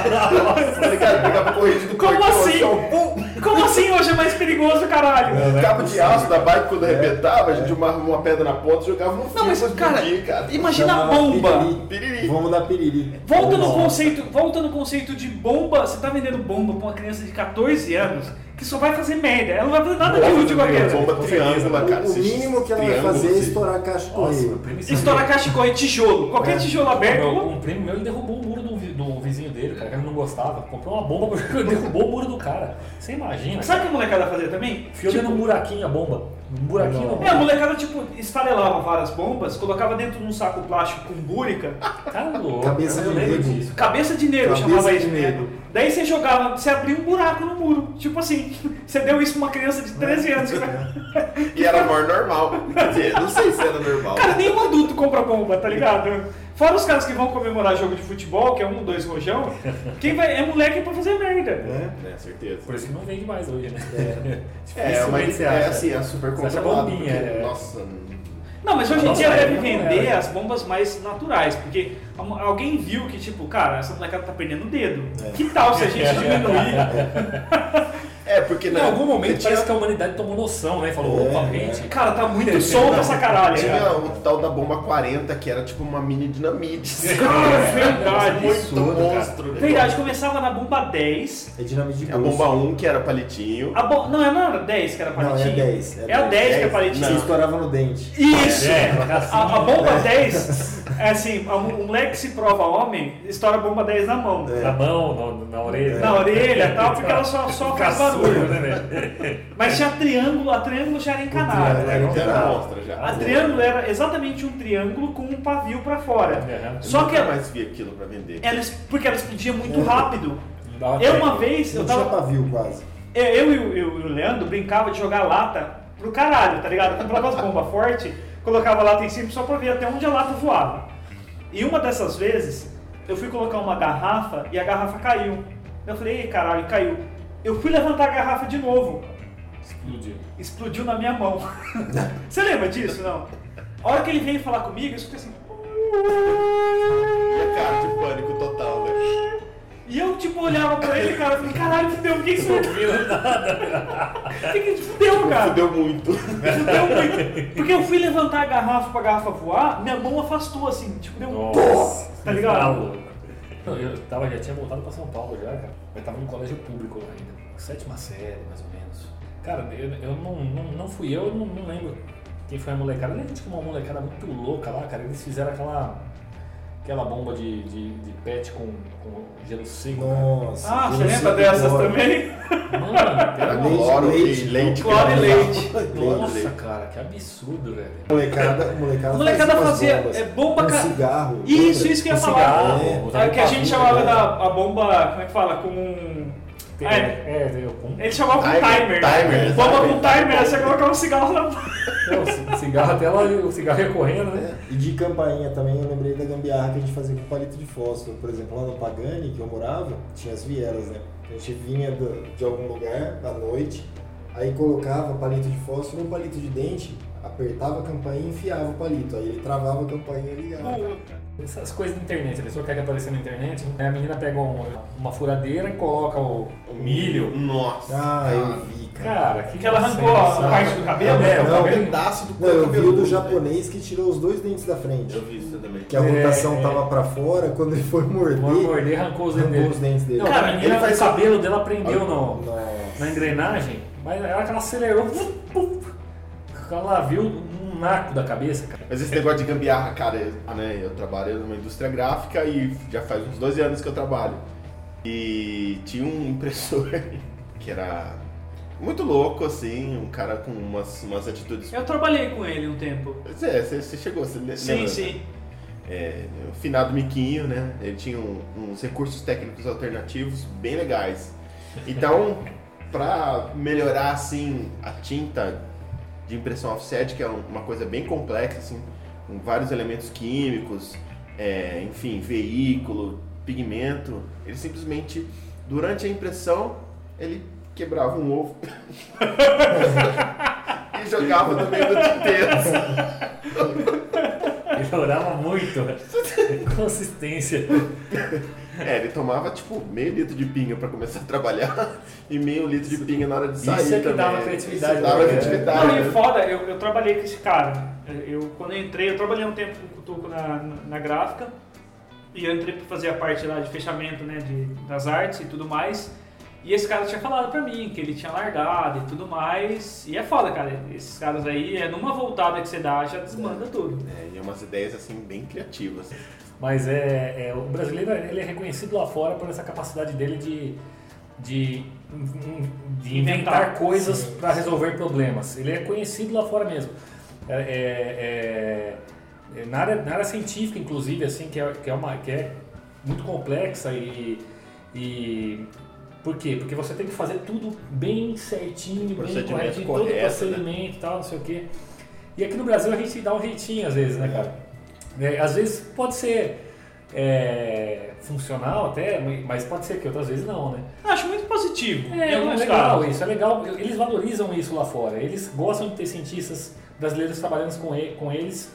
C: velho. Tá ligado? Pegava a corrente do
B: Como
C: corpo
B: assim?
C: assim, pum, É.
B: Como assim hoje é mais perigoso, caralho?
C: cabo de aço da bike quando arrebentava, a gente amarrava uma pedra na ponta e jogava no fio.
B: Não, mas,
C: pra
B: cara,
C: explodir, cara. tá
B: Imagina a
D: Chamava
B: bomba.
D: piriri.
C: Piriri.
D: Vamos dar piriri.
B: Volta no
D: Vamos lá.
B: conceito, volta no conceito de bomba. Você tá vendendo bomba pra uma criança de 14 anos que só vai fazer merda. Ela não vai fazer nada de útil com aquela.
C: Bomba tá triângula, cara. assim.
D: O, o mínimo que ela vai fazer é estourar a caixa do
E: Nossa,
D: correio.
E: meu primo sabia.
B: Estourar caixa de corrente, tijolo. Qualquer
D: É.
B: tijolo aberto.
E: Meu, um primo meu ele derrubou o muro do, vi- do vizinho dele, cara, que ele não gostava. Comprou uma bomba porque derrubou o muro do cara. Você imagina?
B: Sabe o que a molecada fazia também? Tipo,
E: Enfiou dentro de um buraquinho a bomba. Um buraquinho na
B: É, a
E: bomba.
B: molecada, tipo, esfarelava várias bombas, colocava dentro de um saco plástico com búrica,
E: Tá louco.
D: Cabeça
E: eu
D: de
E: lembro
D: nego.
E: disso.
B: cabeça de negro
D: Cabeça
B: chamava
D: de
B: isso, né?
D: negro.
B: Daí você jogava, você abria um buraco no muro. Tipo assim, você deu isso pra uma criança de 13 anos.
D: É.
C: E era maior normal. Quer dizer, não sei se era normal.
B: Cara, nenhum adulto compra bomba, tá ligado? Fora os caras que vão comemorar jogo de futebol, que é um, dois rojão, quem vai é moleque pra fazer merda.
D: né?
C: É, certeza.
E: Por isso que não vende mais hoje, né?
C: É,
E: Dificilmente
C: mas
E: você
C: é
E: acha.
C: assim, é super
E: Você acha
C: controlado.
E: bombinha,
C: porque,
E: é.
C: Nossa,
B: Não, mas hoje em
E: Não,
B: dia
E: cara,
B: deve
D: é,
E: não
B: vender
E: era.
B: as bombas mais naturais, porque al- alguém viu
D: É.
B: que, tipo, cara, essa molecada tá perdendo o dedo. Que tal se a gente diminuir?
C: É, porque
E: Em
C: na-
E: algum momento
C: tinha- É.
E: parece que a humanidade tomou noção, né? Falou, opa, gente.
B: Cara, tá muito solto essa caralho. cara.
C: Tinha o tal da bomba 40, que era tipo uma mini dinamite.
D: É
B: Cara, É verdade. É
C: Muito
D: absurdo, cara.
C: monstro. né?
B: Verdade, começava na bomba 10.
D: É dinamite de
C: A
D: bolso.
C: bomba 1, que era palitinho.
B: A bo... Não, não era 10 que era
D: Não,
B: palitinho.
D: é 10.
B: É a 10 que é
C: 10,
B: palitinho.
D: Você estourava no dente.
B: Isso!
E: É,
B: a, a
E: assim,
B: bomba 10, é assim, a- o moleque se prova homem, estoura a bomba 10 na mão.
E: né?
D: É.
E: na mão, na, na orelha.
B: Na orelha e tal, porque ela só, só faz barulho.
E: né, velho?
B: Mas tinha triângulo, a triângulo já era encanada.
D: triângulo
B: né?
D: era
C: Já era
D: Ah.
C: monstro já.
B: A triângulo era exatamente um triângulo com um pavio pra fora.
E: É,
C: Eu
B: Só que É.
C: nunca mais vi aquilo pra vender.
B: ela, es- porque ela explodia muito rápido.
E: Dá
B: Eu
E: tempo.
B: uma vez, eu
D: Não tinha
B: tava.
D: pavio quase.
B: Eu, eu e o- eu e o Leandro brincava de jogar lata pro caralho, tá ligado? Comprava as bombas fortes, colocava a lata em cima só pra ver até onde a lata voava. E uma dessas vezes, eu fui colocar uma garrafa e a garrafa caiu. Eu falei, ei caralho, caiu. Eu fui levantar a garrafa de novo,
E: Explodiu.
B: explodiu na minha mão. Você lembra disso, não? A hora que ele veio falar comigo, eu escutei assim...
C: E a cara de pânico total, velho.
B: E eu, tipo, olhava pra ele, cara, eu falei, caralho, fudeu, o que isso? O
E: Viu?
B: que que fudeu, cara?
C: Fudeu muito.
B: Deu muito. Porque eu fui levantar a garrafa pra garrafa voar, minha mão afastou assim, tipo, deu um.
E: Nossa,
B: Tá ligado?
E: tá louco. Não, eu tava, já tinha voltado pra São Paulo já, cara. Eu tava no colégio público lá ainda. Sétima série, mais ou menos. Cara, eu, eu não, não, não fui eu, eu não, não lembro quem foi a molecada. Eu lembro de uma molecada muito louca lá, cara. Eles fizeram aquela, aquela bomba de, de, de pet com, com gelo seco. cara.
D: Nossa.
B: Ah,
D: eu
B: você
D: não
B: lembra
D: sei
B: dessas
D: agora.
B: também?
E: Mano, pera-
C: Era
D: Leite,
C: cloro,
D: leite,
C: leite, leite.
B: Cloro e leite.
E: nossa, cara, que absurdo, velho.
D: Molecada, molecada,
B: A molecada
D: umas
B: fazia,
D: bombas.
B: é, bomba
D: Com
B: ca-
D: cigarro.
B: Isso,
D: lembra?
B: isso que eu ia
E: Com
B: falar.
E: Um cigarro,
B: É,
E: usava
B: o que a gente
E: papo,
B: chamava
E: né?
B: da a bomba. Como é que fala? Com um. Ah, é.
E: É, é, eu com.
B: Ele chamava com timer.
C: Timer, timer,
B: bomba
C: exatamente.
B: com timer, aí você colocava um cigarro na mão.
E: Não, é, o cigarro até lá, o cigarro ia correndo, né?
D: E de campainha também, eu lembrei da gambiarra que a gente fazia com palito de fósforo. Por exemplo, lá no Pagani, que eu morava, tinha as vielas, né? A gente vinha do- de algum lugar à noite, aí colocava palito de fósforo ou palito de dente, apertava a campainha e enfiava o palito. Aí ele travava a campainha e
B: Ah,
D: ligava.
E: Essas coisas da internet, a pessoa quer que aparecer na internet, aí a menina pega um- uma furadeira e coloca o, o milho.
C: Nossa.
D: Ah, eu vi, cara.
E: Cara, que
B: Que ela arrancou
E: sensação.
B: a parte do cabelo?
E: É,
D: Não,
E: o
C: um
E: cabelo.
C: pedaço do
D: Não, eu vi o do
C: cabeludo,
D: japonês que tirou os dois dentes da
C: velho.
D: frente.
C: Eu vi isso também.
D: Que a
E: É,
D: rotação
E: é.
D: tava pra fora, quando ele foi morder,
E: Quando morder, arrancou os dentes
D: arrancou
E: dele.
D: os dentes dele.
E: Não,
B: Cara,
E: a menina,
C: ele faz-
E: o cabelo dela prendeu no,
D: Nossa.
E: na engrenagem, mas na hora que ela acelerou, pum, pum, ela viu um naco da cabeça, cara.
C: Mas esse negócio de gambiarra, cara, eu, né, eu trabalho numa indústria gráfica e já faz uns 12 anos que eu trabalho. E tinha um impressor que era muito louco, assim, um cara com umas, umas atitudes.
B: Eu trabalhei com ele um tempo.
C: Mas é, você você chegou, você le-
B: Sim,
C: lembra?
B: sim.
C: É, o finado Miquinho, né? Ele tinha um- uns recursos técnicos alternativos bem legais. Então, pra melhorar assim a tinta de impressão offset, que é um- uma coisa bem complexa, assim, com vários elementos químicos, é, enfim, veículo, pigmento, ele simplesmente durante a impressão ele quebrava um ovo e jogava no meio do tinteiro. assim.
E: Melhorava muito consistência.
C: É, ele tomava tipo meio litro de pinga pra começar a trabalhar e meio litro de pinga na hora de
E: Isso
C: sair.
E: é que
C: também.
E: dava criatividade,
C: Isso dava
E: né?
C: criatividade.
B: Não, e
C: né?
B: foda, eu, eu trabalhei com esse cara. Eu, quando eu entrei, eu trabalhei um tempo com o Cutuco na, na, na gráfica. E eu entrei pra fazer a parte lá de fechamento, né, de, das artes e tudo mais. E esse cara tinha falado pra mim que ele tinha largado e tudo mais. E é foda, cara. Esses caras aí, é numa voltada que você dá, já desmanda tudo.
C: É, e umas ideias assim bem criativas.
E: Mas é, é, o brasileiro ele é reconhecido lá fora por essa capacidade dele de, de, de inventar
B: Inventar.
E: coisas para resolver problemas. Ele é conhecido lá fora mesmo. É, é, é, é, na, área, na área científica, inclusive, assim, que é, que é, uma, que é muito complexa e, e. Por quê? Porque você tem que fazer tudo bem certinho, bem
C: Procedimento
E: corretinho, todo o
C: correto, né?
E: procedimento e tal, não sei o quê. E aqui no Brasil a gente dá um jeitinho às vezes, né, cara? Né, às vezes pode ser é, funcional até, mas pode ser que outras vezes não, né?
B: Eu acho muito positivo.
E: É,
B: em alguns
E: legal
B: casos.
E: isso, é legal. Eles valorizam isso lá fora. Eles gostam de ter cientistas brasileiros trabalhando com, e- com eles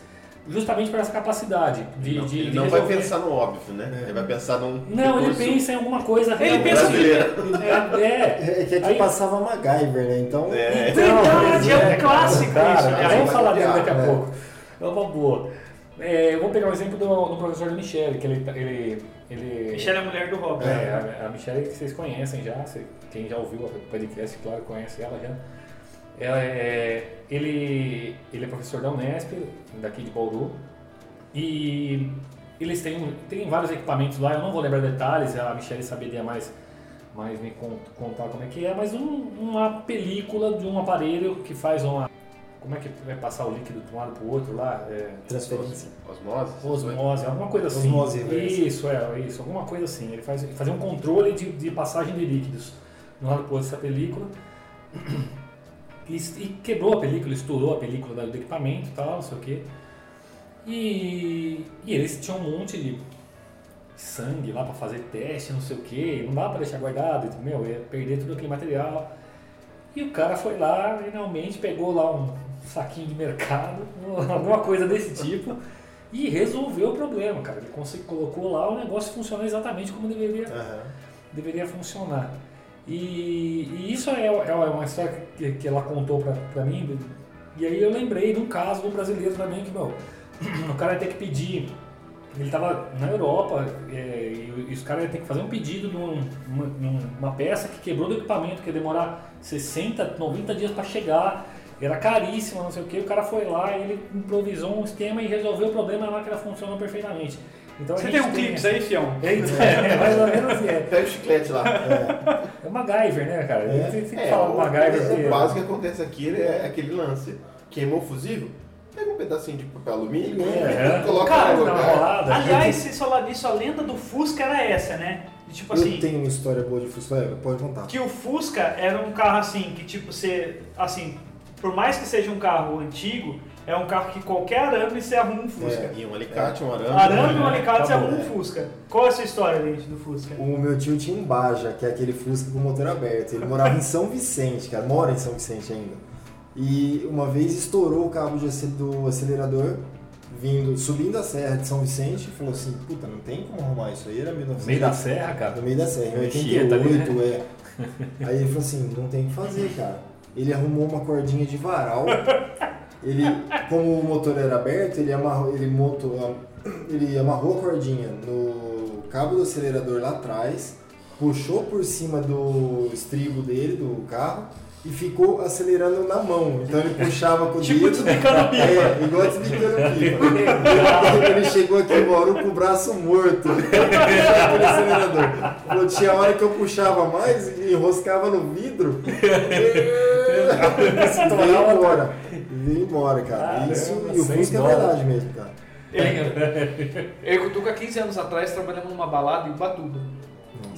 E: justamente por essa capacidade de,
C: Não,
E: de-
C: ele
E: de
C: não vai
E: resolver.
C: pensar no óbvio, né? Ele vai pensar num.
E: Não, ele
C: recurso
E: pensa em alguma coisa
B: Ele
E: realmente.
B: pensa-
C: brasileiro.
E: É,
D: É que aqui
E: Aí-
D: passava MacGyver, né? Então.
C: É.
B: Verdade, é um clássico isso.
E: um Cara,
B: né?
E: vamos falar dele daqui a
D: né?
E: pouco. É uma boa. É, eu vou pegar um exemplo do, do professor de Michele, que ele. tá- ele, ele
B: Michelle é a mulher do Robin.
E: É, a, a Michele que vocês conhecem já, você- quem já ouviu o podcast, claro, conhece ela já. Ela é, ele, ele é professor da Unesp, daqui de Bauru, e eles têm, um- têm vários equipamentos lá, eu não vou lembrar detalhes, a Michelle saberia mais, mais me con- contar como é que é, mas um- uma película de um aparelho que faz uma... Como é que vai passar o líquido de um lado para o outro lá? É,
D: Transferência.
C: Osmose?
E: Osmose, alguma coisa assim.
D: Osmose reversa.
E: Isso, é, isso, alguma coisa assim. Ele faz, fazia um controle de, de passagem de líquidos no lado dessa película. E, e quebrou a película, estourou a película da- do equipamento e tal, não sei o quê. E, e eles tinham um monte de sangue lá pra fazer teste, não sei o quê. Não dá pra deixar guardado, meu, ia perder todo aquele material. E o cara foi lá, finalmente pegou lá um saquinho de mercado, alguma coisa desse tipo, e resolveu o problema, cara. Ele consegui- colocou lá, o negócio funcionou exatamente como deveria, deveria funcionar. E, e isso é, é uma história que, que ela contou pra, pra mim, e aí eu lembrei de um caso do brasileiro também, que, meu, o cara ia ter que pedir. Ele tava na Europa é, e, e os caras iam ter que fazer um pedido num- numa, numa peça que quebrou do equipamento, que ia demorar 60, 90 dias para chegar, era caríssima, não sei o que. O cara foi lá, ele improvisou um esquema e resolveu o problema lá que ela funcionou perfeitamente. Então, a
B: Você
E: gente
B: tem um clipe aí, Fião?
E: É, então, é, mais ou menos é.
C: Pega o chiclete lá.
E: É o MacGyver, né, cara?
D: É.
E: Tem, tem que
C: É,
E: falar
C: o,
E: MacGyver. né?
C: é,
E: porque-
C: o básico que acontece aqui é aquele lance. Queimou o fusível, pega um pedacinho de papel alumínio, né?
E: É,
C: coloca
E: cara,
C: no
E: dá uma
C: lugar.
E: rolada.
B: Aliás, se falar disso, a lenda do Fusca era essa, né? De, tipo assim,
D: Eu tenho uma história boa de Fusca, Eva, pode contar.
B: que o Fusca era um carro assim, que tipo, você. Assim, por mais que seja um carro antigo, é um carro que qualquer arame você arruma um Fusca.
C: E um alicate, um arame.
B: Arame e um
C: né?
B: alicate você
E: Tá bom,
B: arruma um
D: é.
B: Fusca. Qual é a sua história, gente, do Fusca?
D: O meu tio tinha um Baja, que é aquele Fusca com motor aberto. Ele morava em São Vicente, cara. Mora em São Vicente ainda. E uma vez estourou o cabo de ace- do acelerador, vindo, subindo a serra de São Vicente, e falou assim, puta, não tem como arrumar isso aí, era
E: No
D: 1900.
E: meio da serra, cara. né?
D: No meio da serra, em
E: Anchieta
D: 88,
E: ali,
D: é. Aí ele falou assim, não tem o que fazer, cara. Ele arrumou uma cordinha de varal. Ele, como o motor era aberto, ele amarrou, ele montou, ele amarrou a cordinha no cabo do acelerador lá atrás, puxou por cima do estribo dele, do carro, e ficou acelerando na mão. Então ele puxava com o
B: Tipo,
D: dedo.
B: desbicando pipa.
D: É, igual desligando pipa. Ele chegou aqui embora com o braço morto. Puxava pelo acelerador. Falou, tinha hora que eu puxava mais e enroscava no vidro. Veio embora. Veio embora, cara.
E: Caramba,
D: Isso, e o
E: sem
D: Fusca é
E: dó.
D: verdade mesmo, cara.
F: É. Eu e o Cutuca, 15 anos atrás, trabalhamos numa balada em Ubatuba.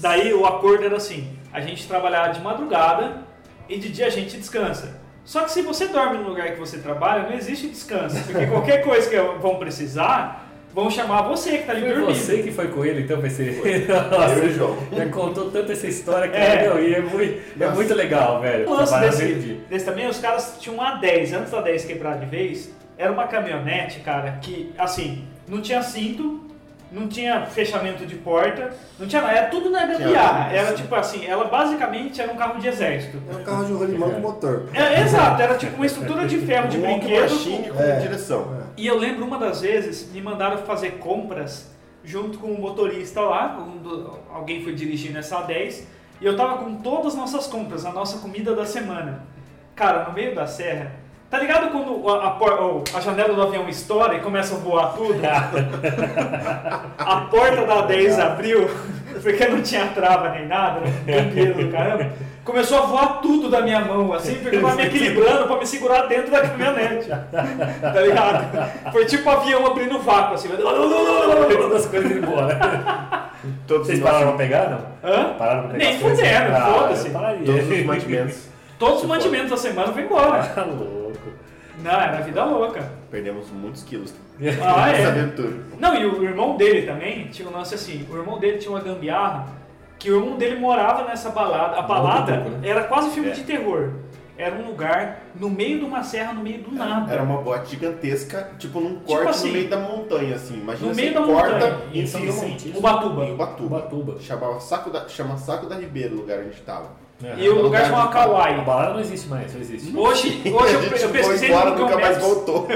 B: Daí o acordo era assim: a gente trabalhava de madrugada e de dia a gente descansa. Só que se você dorme no lugar que você trabalha, não existe descanso. Porque qualquer coisa que vão precisar, vão chamar você que tá ali
E: Foi
B: dormindo.
E: você que foi com ele, então, vai ser.
C: Eu e o João.
E: Já contou tanto essa história que
B: É.
E: meu, e é, muito, é muito legal, velho. é
B: O lance
E: Trabalhar
B: desse,
E: meio-dia.
B: desse também, os caras tinham uma 10, antes da 10 quebrar de vez, era uma caminhonete, cara, que, assim, não tinha cinto, não tinha fechamento de porta, não tinha nada, era tudo na gambiarra. Era tipo assim, ela basicamente era um carro de exército.
D: É um carro de rolimão com motor.
B: É, exato, era tipo uma estrutura de ferro de
C: Um
B: brinquedo.
C: machine com
D: É.
C: direção.
B: E eu lembro uma das vezes, me mandaram fazer compras junto com o motorista lá, um do- alguém foi dirigindo essa 10, e eu tava com todas as nossas compras, a nossa comida da semana. Cara, no meio da serra, tá ligado quando a, a por- ou a janela do avião estoura e começa a voar tudo? a porta da 10 abriu, porque não tinha trava nem nada, né? campeiro do caramba. Começou a voar tudo da minha mão, assim, porque eu tava me equilibrando pra me segurar dentro da caminhonete. Tá ligado? Foi tipo um avião abrindo vácuo, assim.
E: Todas as é coisas indo embora.
C: Todos,
E: Vocês
C: os
E: pararam
C: nossos-
E: pra pegar, não?
B: Hã?
E: Pararam pra pegar?
B: Nem
E: as coisas?
B: fuderam,
E: Ah,
B: foda-se.
E: eu pararia.
C: todos os mantimentos.
B: Todos os mantimentos da semana foi embora.
E: Tá louco.
B: Não, era vida louca.
C: Perdemos muitos quilos
B: Ah,
C: nessa
B: é.
C: aventura.
B: Não, e o irmão dele também tinha um lance assim. O irmão dele tinha uma gambiarra que o irmão dele morava nessa balada. A balada
E: pouco, né?
B: era quase filme
C: É.
B: de terror. era um lugar no meio de uma serra, no meio do
C: É,
B: nada.
C: Era uma boate gigantesca, tipo num corte
B: assim,
C: no meio da montanha, assim. Imagina
B: no
C: você
B: meio da
C: corta
B: montanha, Então,
C: em
E: em São
C: cima-
E: Vicente, isso?
B: Ubatuba.
C: em Ubatuba.
E: então, Ubatuba.
C: Chamava Saco da, chama Saco da Ribeira o lugar onde tava.
E: um
B: E o lugar chamava
E: A
B: Kauai.
E: balada não existe mais, não existe.
B: Hoje,
C: E
B: hoje
C: a
B: eu,
C: gente
B: eu pesquisei
C: foi embora,
B: no Google
C: nunca mais
B: Maps,
C: voltou.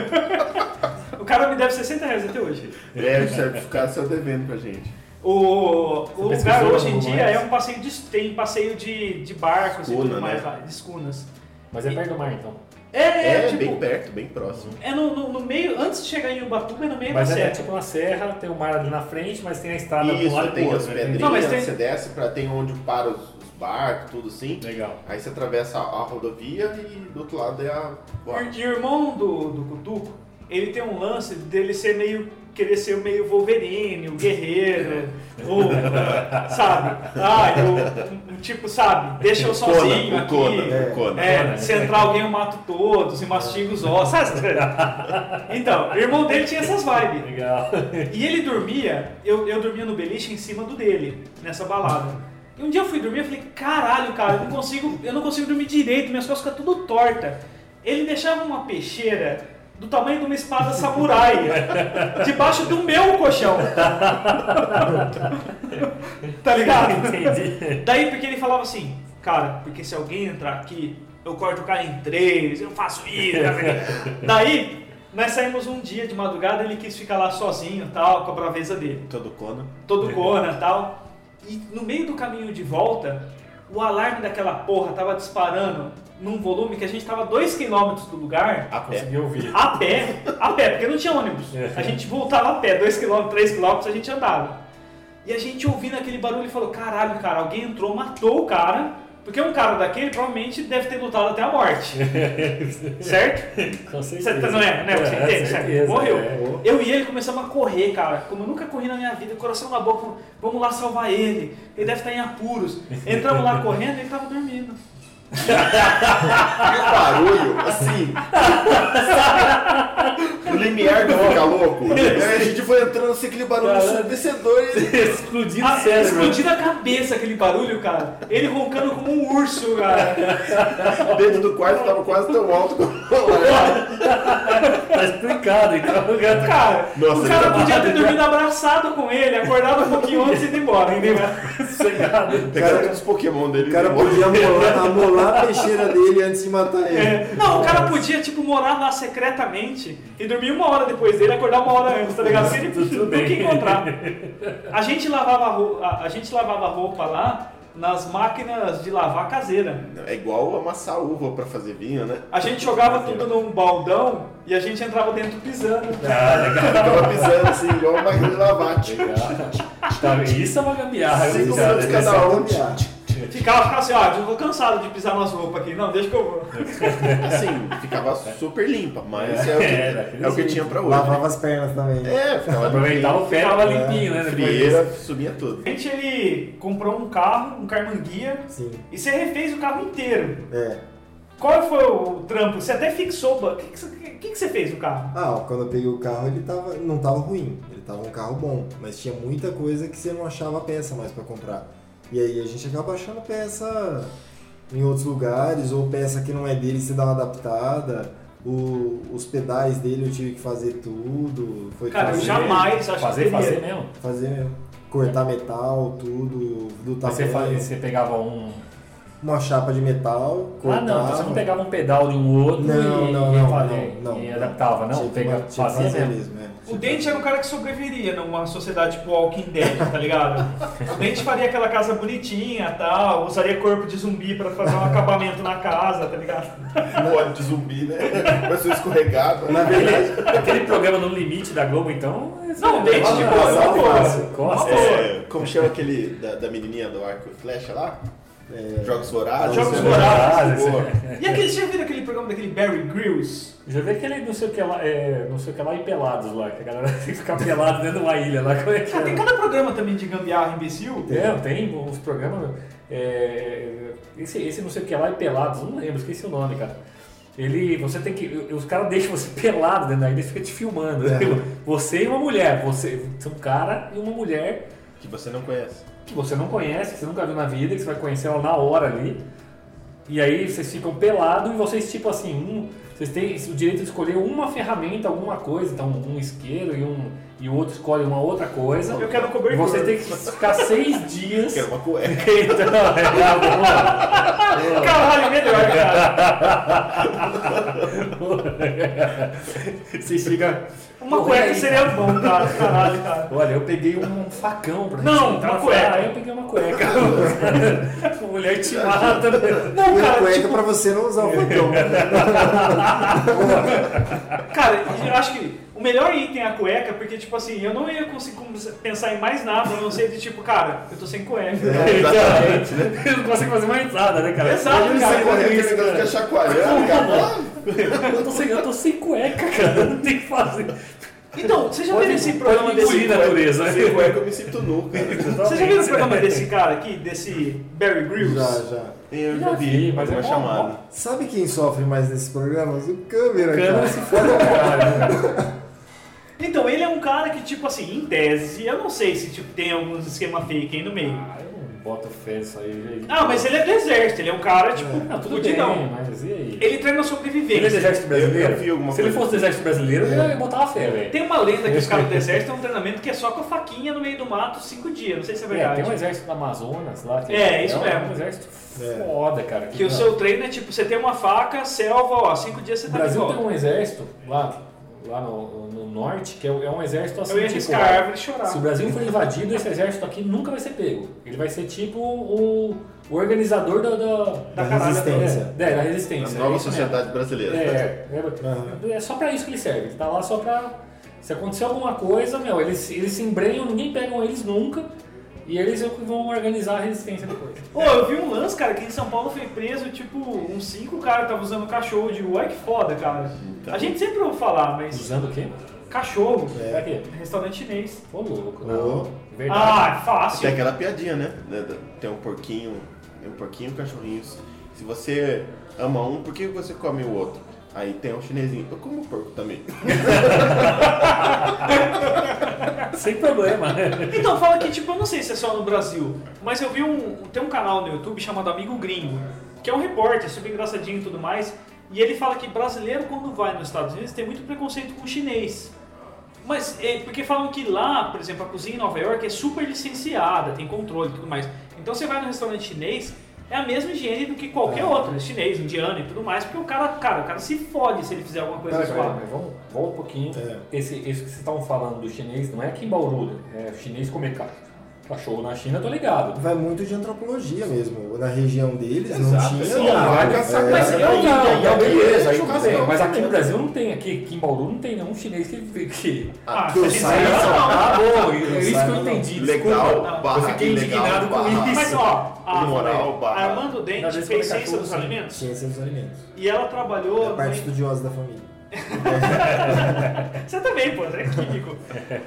B: O cara me deve 60 reais até hoje.
C: É, o certificado saiu devendo pra gente.
B: O, o
E: Você
B: lugar
E: pesquisou
B: hoje em
E: no Google
B: dia
E: Maps?
B: é um passeio de, tem passeio de, de barcos e
C: Escuna,
B: tudo mais
C: né?
B: lá, de escunas.
E: Mas é perto do mar então.
B: É, é,
C: É,
B: tipo,
C: bem perto, bem próximo.
B: é no, no- no meio, antes de chegar em Ubatuba, é no meio
E: Mas
B: da
E: é,
B: serra.
E: tipo uma serra, tem o mar ali na frente, mas tem a estrada pro lado e
C: Isso,
E: pro
C: tem
E: outro,
C: as
E: né?
C: pedrinhas,
B: Não, mas tem-
C: você desce, pra, tem onde para os, os barcos, tudo assim.
E: Legal.
C: Aí você atravessa a, a rodovia e do outro lado é a boate.
B: O irmão do, do Cutuco, ele tem um lance dele ser meio. querer ser meio Wolverine, o guerreiro,
C: É.
B: ou. sabe? Ah, eu. um Tipo, sabe? Deixa eu sozinho
C: o Conan,
B: aqui.
C: o Conan.
B: É, se entrar alguém eu mato todos e mastigo os ossos. sabe essas coisas? Então, o irmão dele tinha essas vibes.
E: Legal.
B: E ele dormia, eu, eu dormia no beliche em cima do dele, nessa balada. E um dia eu fui dormir e falei, caralho, cara, eu não consigo, eu não consigo dormir direito, minhas costas ficam tudo torta. Ele deixava uma peixeira do tamanho de uma espada samurai debaixo do meu colchão. tá ligado?
E: Entendi.
B: Daí porque ele falava assim, cara, porque se alguém entrar aqui, eu corto o cara em três, eu faço isso. tá vendo? Daí, nós saímos um dia de madrugada, ele quis ficar lá sozinho tal, com a braveza dele.
C: Todo Conan.
B: Todo cona tal. E no meio do caminho de volta, o alarme daquela porra tava disparando num volume que a gente tava dois quilômetros do lugar.
D: Ah,
C: A pé.
D: é.
E: Consegui ouvir.
B: A pé, a pé, porque não tinha ônibus.
E: É.
B: A gente voltava a pé, 2km, 3km, a gente andava. E a gente ouvindo aquele barulho e falou: caralho, cara, alguém entrou, matou o cara. Porque um cara daquele provavelmente deve ter lutado até a morte. certo?
E: Com
B: Você
E: Então, certeza.
B: tá- não é? Não é? Você entende, certo?
E: certeza,
B: Morreu.
E: é.
B: Eu e ele começamos a correr, cara. Como eu nunca corri na minha vida, coração na boca, falando, vamos lá salvar ele. Ele deve estar em apuros. Entramos lá correndo e ele tava dormindo.
C: E o barulho, assim. sabe? O limiar do fica louco. Aí a gente foi entrando assim, aquele barulho
E: Caralho.
C: ensurdecedor e.
E: Explodindo
B: Ah,
E: o cérebro.
B: explodindo a cabeça aquele barulho, cara. Ele roncando como um urso, cara.
C: O dedo É, do quarto tava quase tão alto quanto o alarme.
E: Tá explicado, então. cara.
B: Cara,
C: Nossa,
B: o
C: ele
B: cara
C: tá
B: podia ter dormido abraçado com ele, acordado um pouquinho antes e ido embora, entendeu?
E: Sossegado.
C: Pegaram todos os um Pokémon dele. né?
D: O cara
C: embora.
D: podia amolar, amolar a peixeira dele antes de matar ele.
B: É. Não, o cara podia, tipo, morar lá secretamente e dormir uma hora depois dele e acordar uma hora antes, tá ligado? Porque ele
E: Tudo
B: nunca
E: bem.
B: ia encontrar. A gente lavava a roupa, a, a gente lavava roupa lá nas máquinas de lavar caseira.
C: É igual amassar uva pra fazer vinho, né?
B: A gente jogava tudo num baldão e a gente entrava dentro pisando.
E: Ah, legal.
C: Ficava pisando assim, igual uma máquina de lavar. Tchim, tchim, tchim.
E: Tá, isso é uma gambiarra. é
C: Cinco
E: viu, cara?
C: minutos cada
E: Essa-
C: um.
D: Gambiarra.
B: Ficava, ficava assim, ó, eu tô cansado de pisar nas roupas aqui. Não, deixa que eu vou.
C: Assim, ficava super limpa, mas é, o
E: É,
C: que,
E: daquele
C: é o que
E: jeito.
C: tinha pra hoje.
D: Lavava as pernas também.
C: É, ficava
E: Aproveitar o pé, tava limpinho,
C: limpinho,
E: né? depois
C: frieira, subia tudo.
B: A gente, ele comprou um carro, um Carmanguia,
D: Sim.
B: e você refez o carro inteiro.
D: É.
B: Qual foi o trampo? Você até fixou, o que, que, você- que que você fez no carro?
D: Ah, ó, quando eu peguei o carro, ele tava, não tava ruim. Ele tava um carro bom. Mas tinha muita coisa que você não achava peça mais pra comprar. E aí a gente acaba achando peça em outros lugares, ou peça que não é dele, você dá uma adaptada. O- os pedais dele eu tive que fazer tudo. Foi
B: Cara, eu
D: fazer,
B: jamais
E: desse-
B: acho
E: Fazer,
B: que teria.
E: fazer mesmo.
D: fazer mesmo. Cortar metal, tudo, do
E: Mas você,
D: tamanho. assim.
E: fazia, você pegava um.
D: Uma chapa de metal,
E: Ah,
D: cortava.
E: não, você não pegava um pedal de um outro
D: Não,
E: e,
D: não,
E: e,
D: não,
E: fazia-
D: não, não.
E: e adaptava, não?
D: Tinha que
E: Pega,
D: ma- tinha que
E: fazia
D: fazer
E: mesmo.
D: mesmo, é.
B: O Dente era o cara que sobreviveria numa sociedade tipo Walking Dead, tá ligado? o Dente faria aquela casa bonitinha e tal, usaria corpo de zumbi pra fazer um acabamento na casa, tá ligado?
C: Pode de zumbi, né? Começou escorregado.
D: Na verdade,
E: Aquele programa No Limite da Globo, então. esse
B: Não,
E: é-
B: dente de
E: Ah,
B: boa,
E: não,
D: uma
E: Costa,
D: boa.
E: Costa.
C: É, como chama aquele da, da menininha do arco e flecha lá? Jogos Vorazes.
B: Jogos
C: né?
B: Vorazes,
C: Boa.
B: E aquele, já viram aquele programa daquele Barry Grills?
E: Já vê aquele não sei o que lá, é, não sei o que lá e pelados lá, que a galera tem que ficar pelado dentro de uma ilha lá. Como é que
B: Cara, tem
E: é?
B: cada programa também de gambiarra imbecil.
E: É, tem uns programas. é, esse, esse não sei o que lá e pelados, não lembro, esqueci o nome, cara. Ele, você tem que. Os caras deixam você pelado dentro da ilha, eles ficam te filmando.
D: É.
E: Você e uma mulher, você, você é um cara e uma mulher
C: Que você não conhece.
E: que você não conhece, que você nunca viu na vida, que você vai conhecer ela na hora ali. E aí vocês ficam pelados e vocês, tipo assim, um, vocês têm o direito de escolher uma ferramenta, alguma coisa, então um isqueiro e um e o outro escolhe uma outra coisa.
B: Eu quero um
E: E
B: cobertura.
E: vocês têm que ficar seis dias.
C: Quero uma cueca.
E: Então, é, tá bom.
B: Caralho, melhor, cara.
E: Vocês ficam.
B: Uma cueca seria bom, cara. Caralho, cara.
E: Olha, eu peguei um facão pra
B: Não,
E: gente
B: uma
E: entrar na
B: cueca.
E: Ah, eu peguei uma cueca. A mulher te mata.
B: Não,
D: Põe a
B: cara,
D: cueca
B: tipo,
D: pra você não usar o facão.
B: cara, eu acho que o melhor item é a cueca, porque, tipo assim, eu não ia conseguir pensar em mais nada, a não ser de tipo, cara, eu tô sem cueca.
C: exatamente,
E: né? Não consegue fazer mais nada, né, cara?
B: Exato,
E: Imagina
B: cara,
C: Você
E: você
C: correr
E: correndo
C: aquele
E: isso,
C: negócio
E: cara.
C: fica chacoalhando, cara.
E: Eu tô, sem, eu tô sem cueca, cara. Eu não tenho o que fazer.
B: Então, você já viu esse programa
E: Pode
B: desse.
E: engolir a natureza. né?
C: Sem cueca eu me sinto nu, cara.
B: Você já viu o programa desse cara aqui, desse Barry Grills?
D: Já, já.
C: Eu
E: É. Já
C: já
E: vi,
C: vi,
E: mas é
C: uma
E: bom,
C: chamada.
D: Sabe quem sofre mais nesses programas? O câmera,
E: Câmera
D: cara.
E: se for ao caralho.
B: Então, ele é um cara que, tipo assim, em tese, eu não sei se tipo, tem algum esquema fake aí no meio.
E: Ah, eu não boto fé nisso aí.
B: Ah, mas ele é do exército, ele é um cara, tipo,
E: Não, tudo bem,
B: fudidão.
E: mas e aí?
B: Ele treina
E: Ele é do
B: sobrevivência.
E: exército brasileiro?
C: Eu vi alguma
E: Se ele
C: coisa.
E: fosse do exército brasileiro, eu ia botar a fé, velho.
B: Tem uma lenda que os caras do exército é um treinamento que é só com a faquinha no meio do mato cinco dias, não sei se é
E: É,
B: verdade.
E: tem um exército do Amazonas lá. que
B: É, isso
E: um-
B: mesmo.
E: um exército
D: É.
E: foda, cara.
B: Que o seu treino é tipo, você tem uma faca, selva, ó, cinco dias você
E: O
B: tá de
E: Brasil tem
B: volta.
E: um exército lá, lá no, no norte, que é, é um exército assim,
B: Eu ia
E: tipo...
B: arriscar a árvore e chorar.
E: Se o Brasil for invadido, esse exército aqui nunca vai ser pego. Ele vai ser tipo o, o organizador da... Da,
D: Da
B: caralho,
D: resistência.
E: É, da
C: A
E: resistência. é
C: nova
E: isso mesmo.
C: sociedade brasileira.
E: É, é,
D: Aham.
E: é só pra isso que ele serve. Ele tá lá só pra. Se acontecer alguma coisa, meu, eles, eles se embrenham, ninguém pegam eles nunca. E eles é o que vão organizar a resistência depois.
B: Ô, eu vi um lance, cara, que em São Paulo foi preso, tipo, uns cinco caras estavam usando cachorro de uai que foda, cara. A gente sempre ouve falar, mas
E: Usando o quê?
B: cachorro,
E: Pra quê?
B: restaurante chinês.
E: É. Ô louco,
D: Ô.
E: não. Verdade.
B: Ah, é fácil.
C: Tem aquela piadinha, né? Né, da- Tem um porquinho, tem um porquinho e um cachorrinho. Se você ama um, por que você come o outro? Aí tem um chinesinho. Eu como porco também.
E: Ah, Sem problema.
B: Então, fala que, tipo, eu não sei se é só no Brasil, mas eu vi um. Tem um canal no YouTube chamado Amigo Gringo, que é um repórter super engraçadinho e tudo mais. E ele fala que brasileiro, quando vai nos Estados Unidos, tem muito preconceito com o chinês. Mas é porque falam que lá, por exemplo, a cozinha em Nova York é super licenciada, tem controle e tudo mais. Então você vai no restaurante chinês, é a mesma higiene do que qualquer outro, né? chinês, indiano e tudo mais, porque o cara, cara, o cara se fode se ele fizer alguma coisa
E: Pera, pera,
B: zoada.
E: mas vamos, volta um pouquinho.
D: É.
E: Esse, esse que vocês estavam falando do chinês não é que em Bauru, né? é chinês comer ca- cachorro na China, eu tô ligado.
D: Vai muito de antropologia mesmo. Na região deles
C: Exato,
D: não tinha
C: sim,
D: nada.
C: vai caçar
D: É,
B: Mas eu
E: Não, não, não, beleza, aí
C: Churrasco,
E: tudo bem. é, Mas aqui
C: também.
E: no Brasil não tem, aqui, aqui em Bauru não tem nenhum chinês que. que...
B: Ah,
D: que eu
B: chinês
D: saiba,
B: não,
D: não.
E: Ah, bom, é isso que eu
D: Não,
E: entendi.
C: Legal,
E: desculpa.
C: barra,
E: eu fiquei
C: ilegal,
E: indignado com
C: barra.
E: isso.
B: Mas ó, a
C: Imoral, barra.
B: Armando
E: Na
B: Dente fez
E: vez que eu era
B: ciência dos
E: cachorro,
B: alimentos
D: Ciência dos alimentos.
B: e ela trabalhou.
D: É a parte
B: no-
D: estudiosa da família.
B: Você também, pô, você é químico.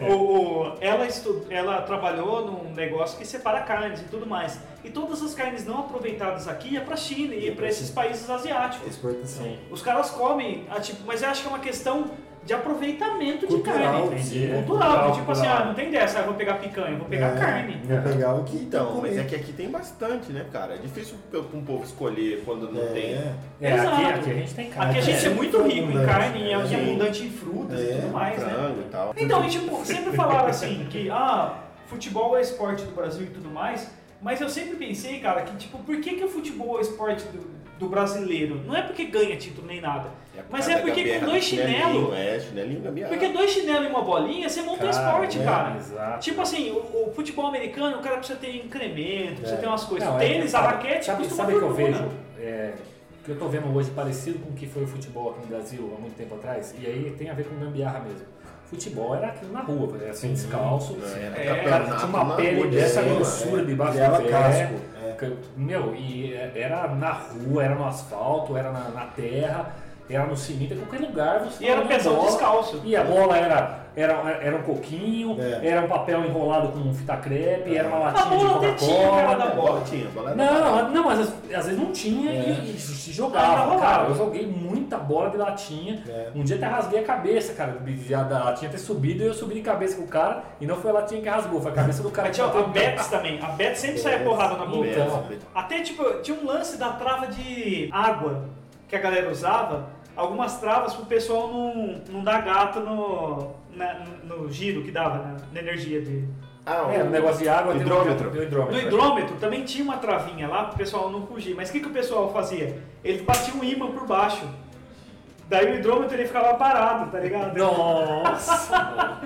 B: o, o- ela, estu... ela trabalhou num negócio que separa carnes e tudo mais. E todas as carnes não aproveitadas aqui é pra China e pra esses países asiáticos.
D: Exportação.
E: Sim.
B: Os caras comem, ah, tipo, mas eu acho que é uma questão de aproveitamento
D: Cultural,
B: de carne.
E: entendi.
B: Cultural,
E: Cultural,
B: tipo
E: cultural.
B: assim, ah, não tem dessa, ah, eu vou pegar picanha, eu vou pegar
D: É.
B: carne.
D: Vou pegar o que
C: Então, mas
D: comer.
C: é que aqui tem bastante, né, cara? É difícil pra um povo escolher quando não tem.
D: É.
E: É, aqui,
B: Exato.
E: aqui a gente tem cara.
B: Aqui a gente é muito rico em
D: Abundante,
B: carne, e
D: é.
B: é abundante em frutas e
D: É,
B: tudo mais, né?
C: Frango e tal.
B: Então, e, tipo, sempre falaram assim, que ah, futebol é esporte do Brasil e tudo mais, mas eu sempre pensei, cara, que tipo, por que, que o futebol é esporte do, do brasileiro? Não é porque ganha título nem nada,
C: por
B: mas
C: causa
B: é
C: da
B: porque
C: gambiarra
B: com
C: do
B: dois chinelos,
C: É, chinelinho gambiarra.
B: porque dois chinelos e uma bolinha, você monta um esporte,
E: é,
B: cara.
E: Exato.
B: Tipo assim, o, o futebol americano, o cara precisa ter incremento, precisa
D: É.
B: ter umas coisas.
E: Não, é-
B: Tipo, Tênis, a raquete,
E: sabe,
B: custa
E: sabe
B: uma
E: que eu
B: fortuna.
E: vejo? É, o que eu tô vendo hoje parecido com o que foi o futebol aqui no Brasil há muito tempo atrás, e aí tem a ver com gambiarra mesmo. Futebol era aquilo na rua, era assim, descalço.
C: era
E: É,
C: campeonato
E: tinha
C: na
E: uma pele
C: rua,
E: dessa
C: né?
E: grossura
D: É,
E: debaixo
D: criava
E: do pé.
D: casco, é.
E: Ca- Meu, e é, era na rua, era no asfalto, era na, na terra, era no cimento, em qualquer lugar você
B: E era
E: tava na
B: pesão
E: bola.
B: descalço.
E: E a bola era Era, era um coquinho,
D: É.
E: era um papel enrolado com fita crepe, era uma
B: A
E: latinha de
B: bola até tinha, cara,
E: Coca-Cola.
B: da bola.
C: Bola tinha, bola era
E: Não, mas- não, mas às, às vezes não tinha e, e se
B: Ah,
E: jogava,
B: rolava.
E: cara. Eu joguei muita bola de latinha.
D: É.
E: Um dia até rasguei a cabeça, cara, de- de- da latinha ter subido e eu subi de cabeça com o cara e não foi a latinha que rasgou, foi a cabeça do cara
B: Mas
E: que
B: tinha a
E: bateu.
B: Betis também. A Betis sempre saia porrada na boca.
E: Então.
C: Betis, Betis.
B: Até tipo, tinha um lance da trava de água que a galera usava. Algumas travas pro pessoal não, não dar gato no, na- no giro que dava, né, na energia de.
C: Ah,
E: É, um negócio de água. tem um-
C: Hidrômetro.
E: tem
B: No
E: um hidrômetro.
B: hidrômetro também tinha uma travinha lá pro pessoal não fugir. Mas o que, que o pessoal fazia? Eles batiam um ímã por baixo. Daí o hidrômetro ele ficava parado, tá ligado?
E: Nossa!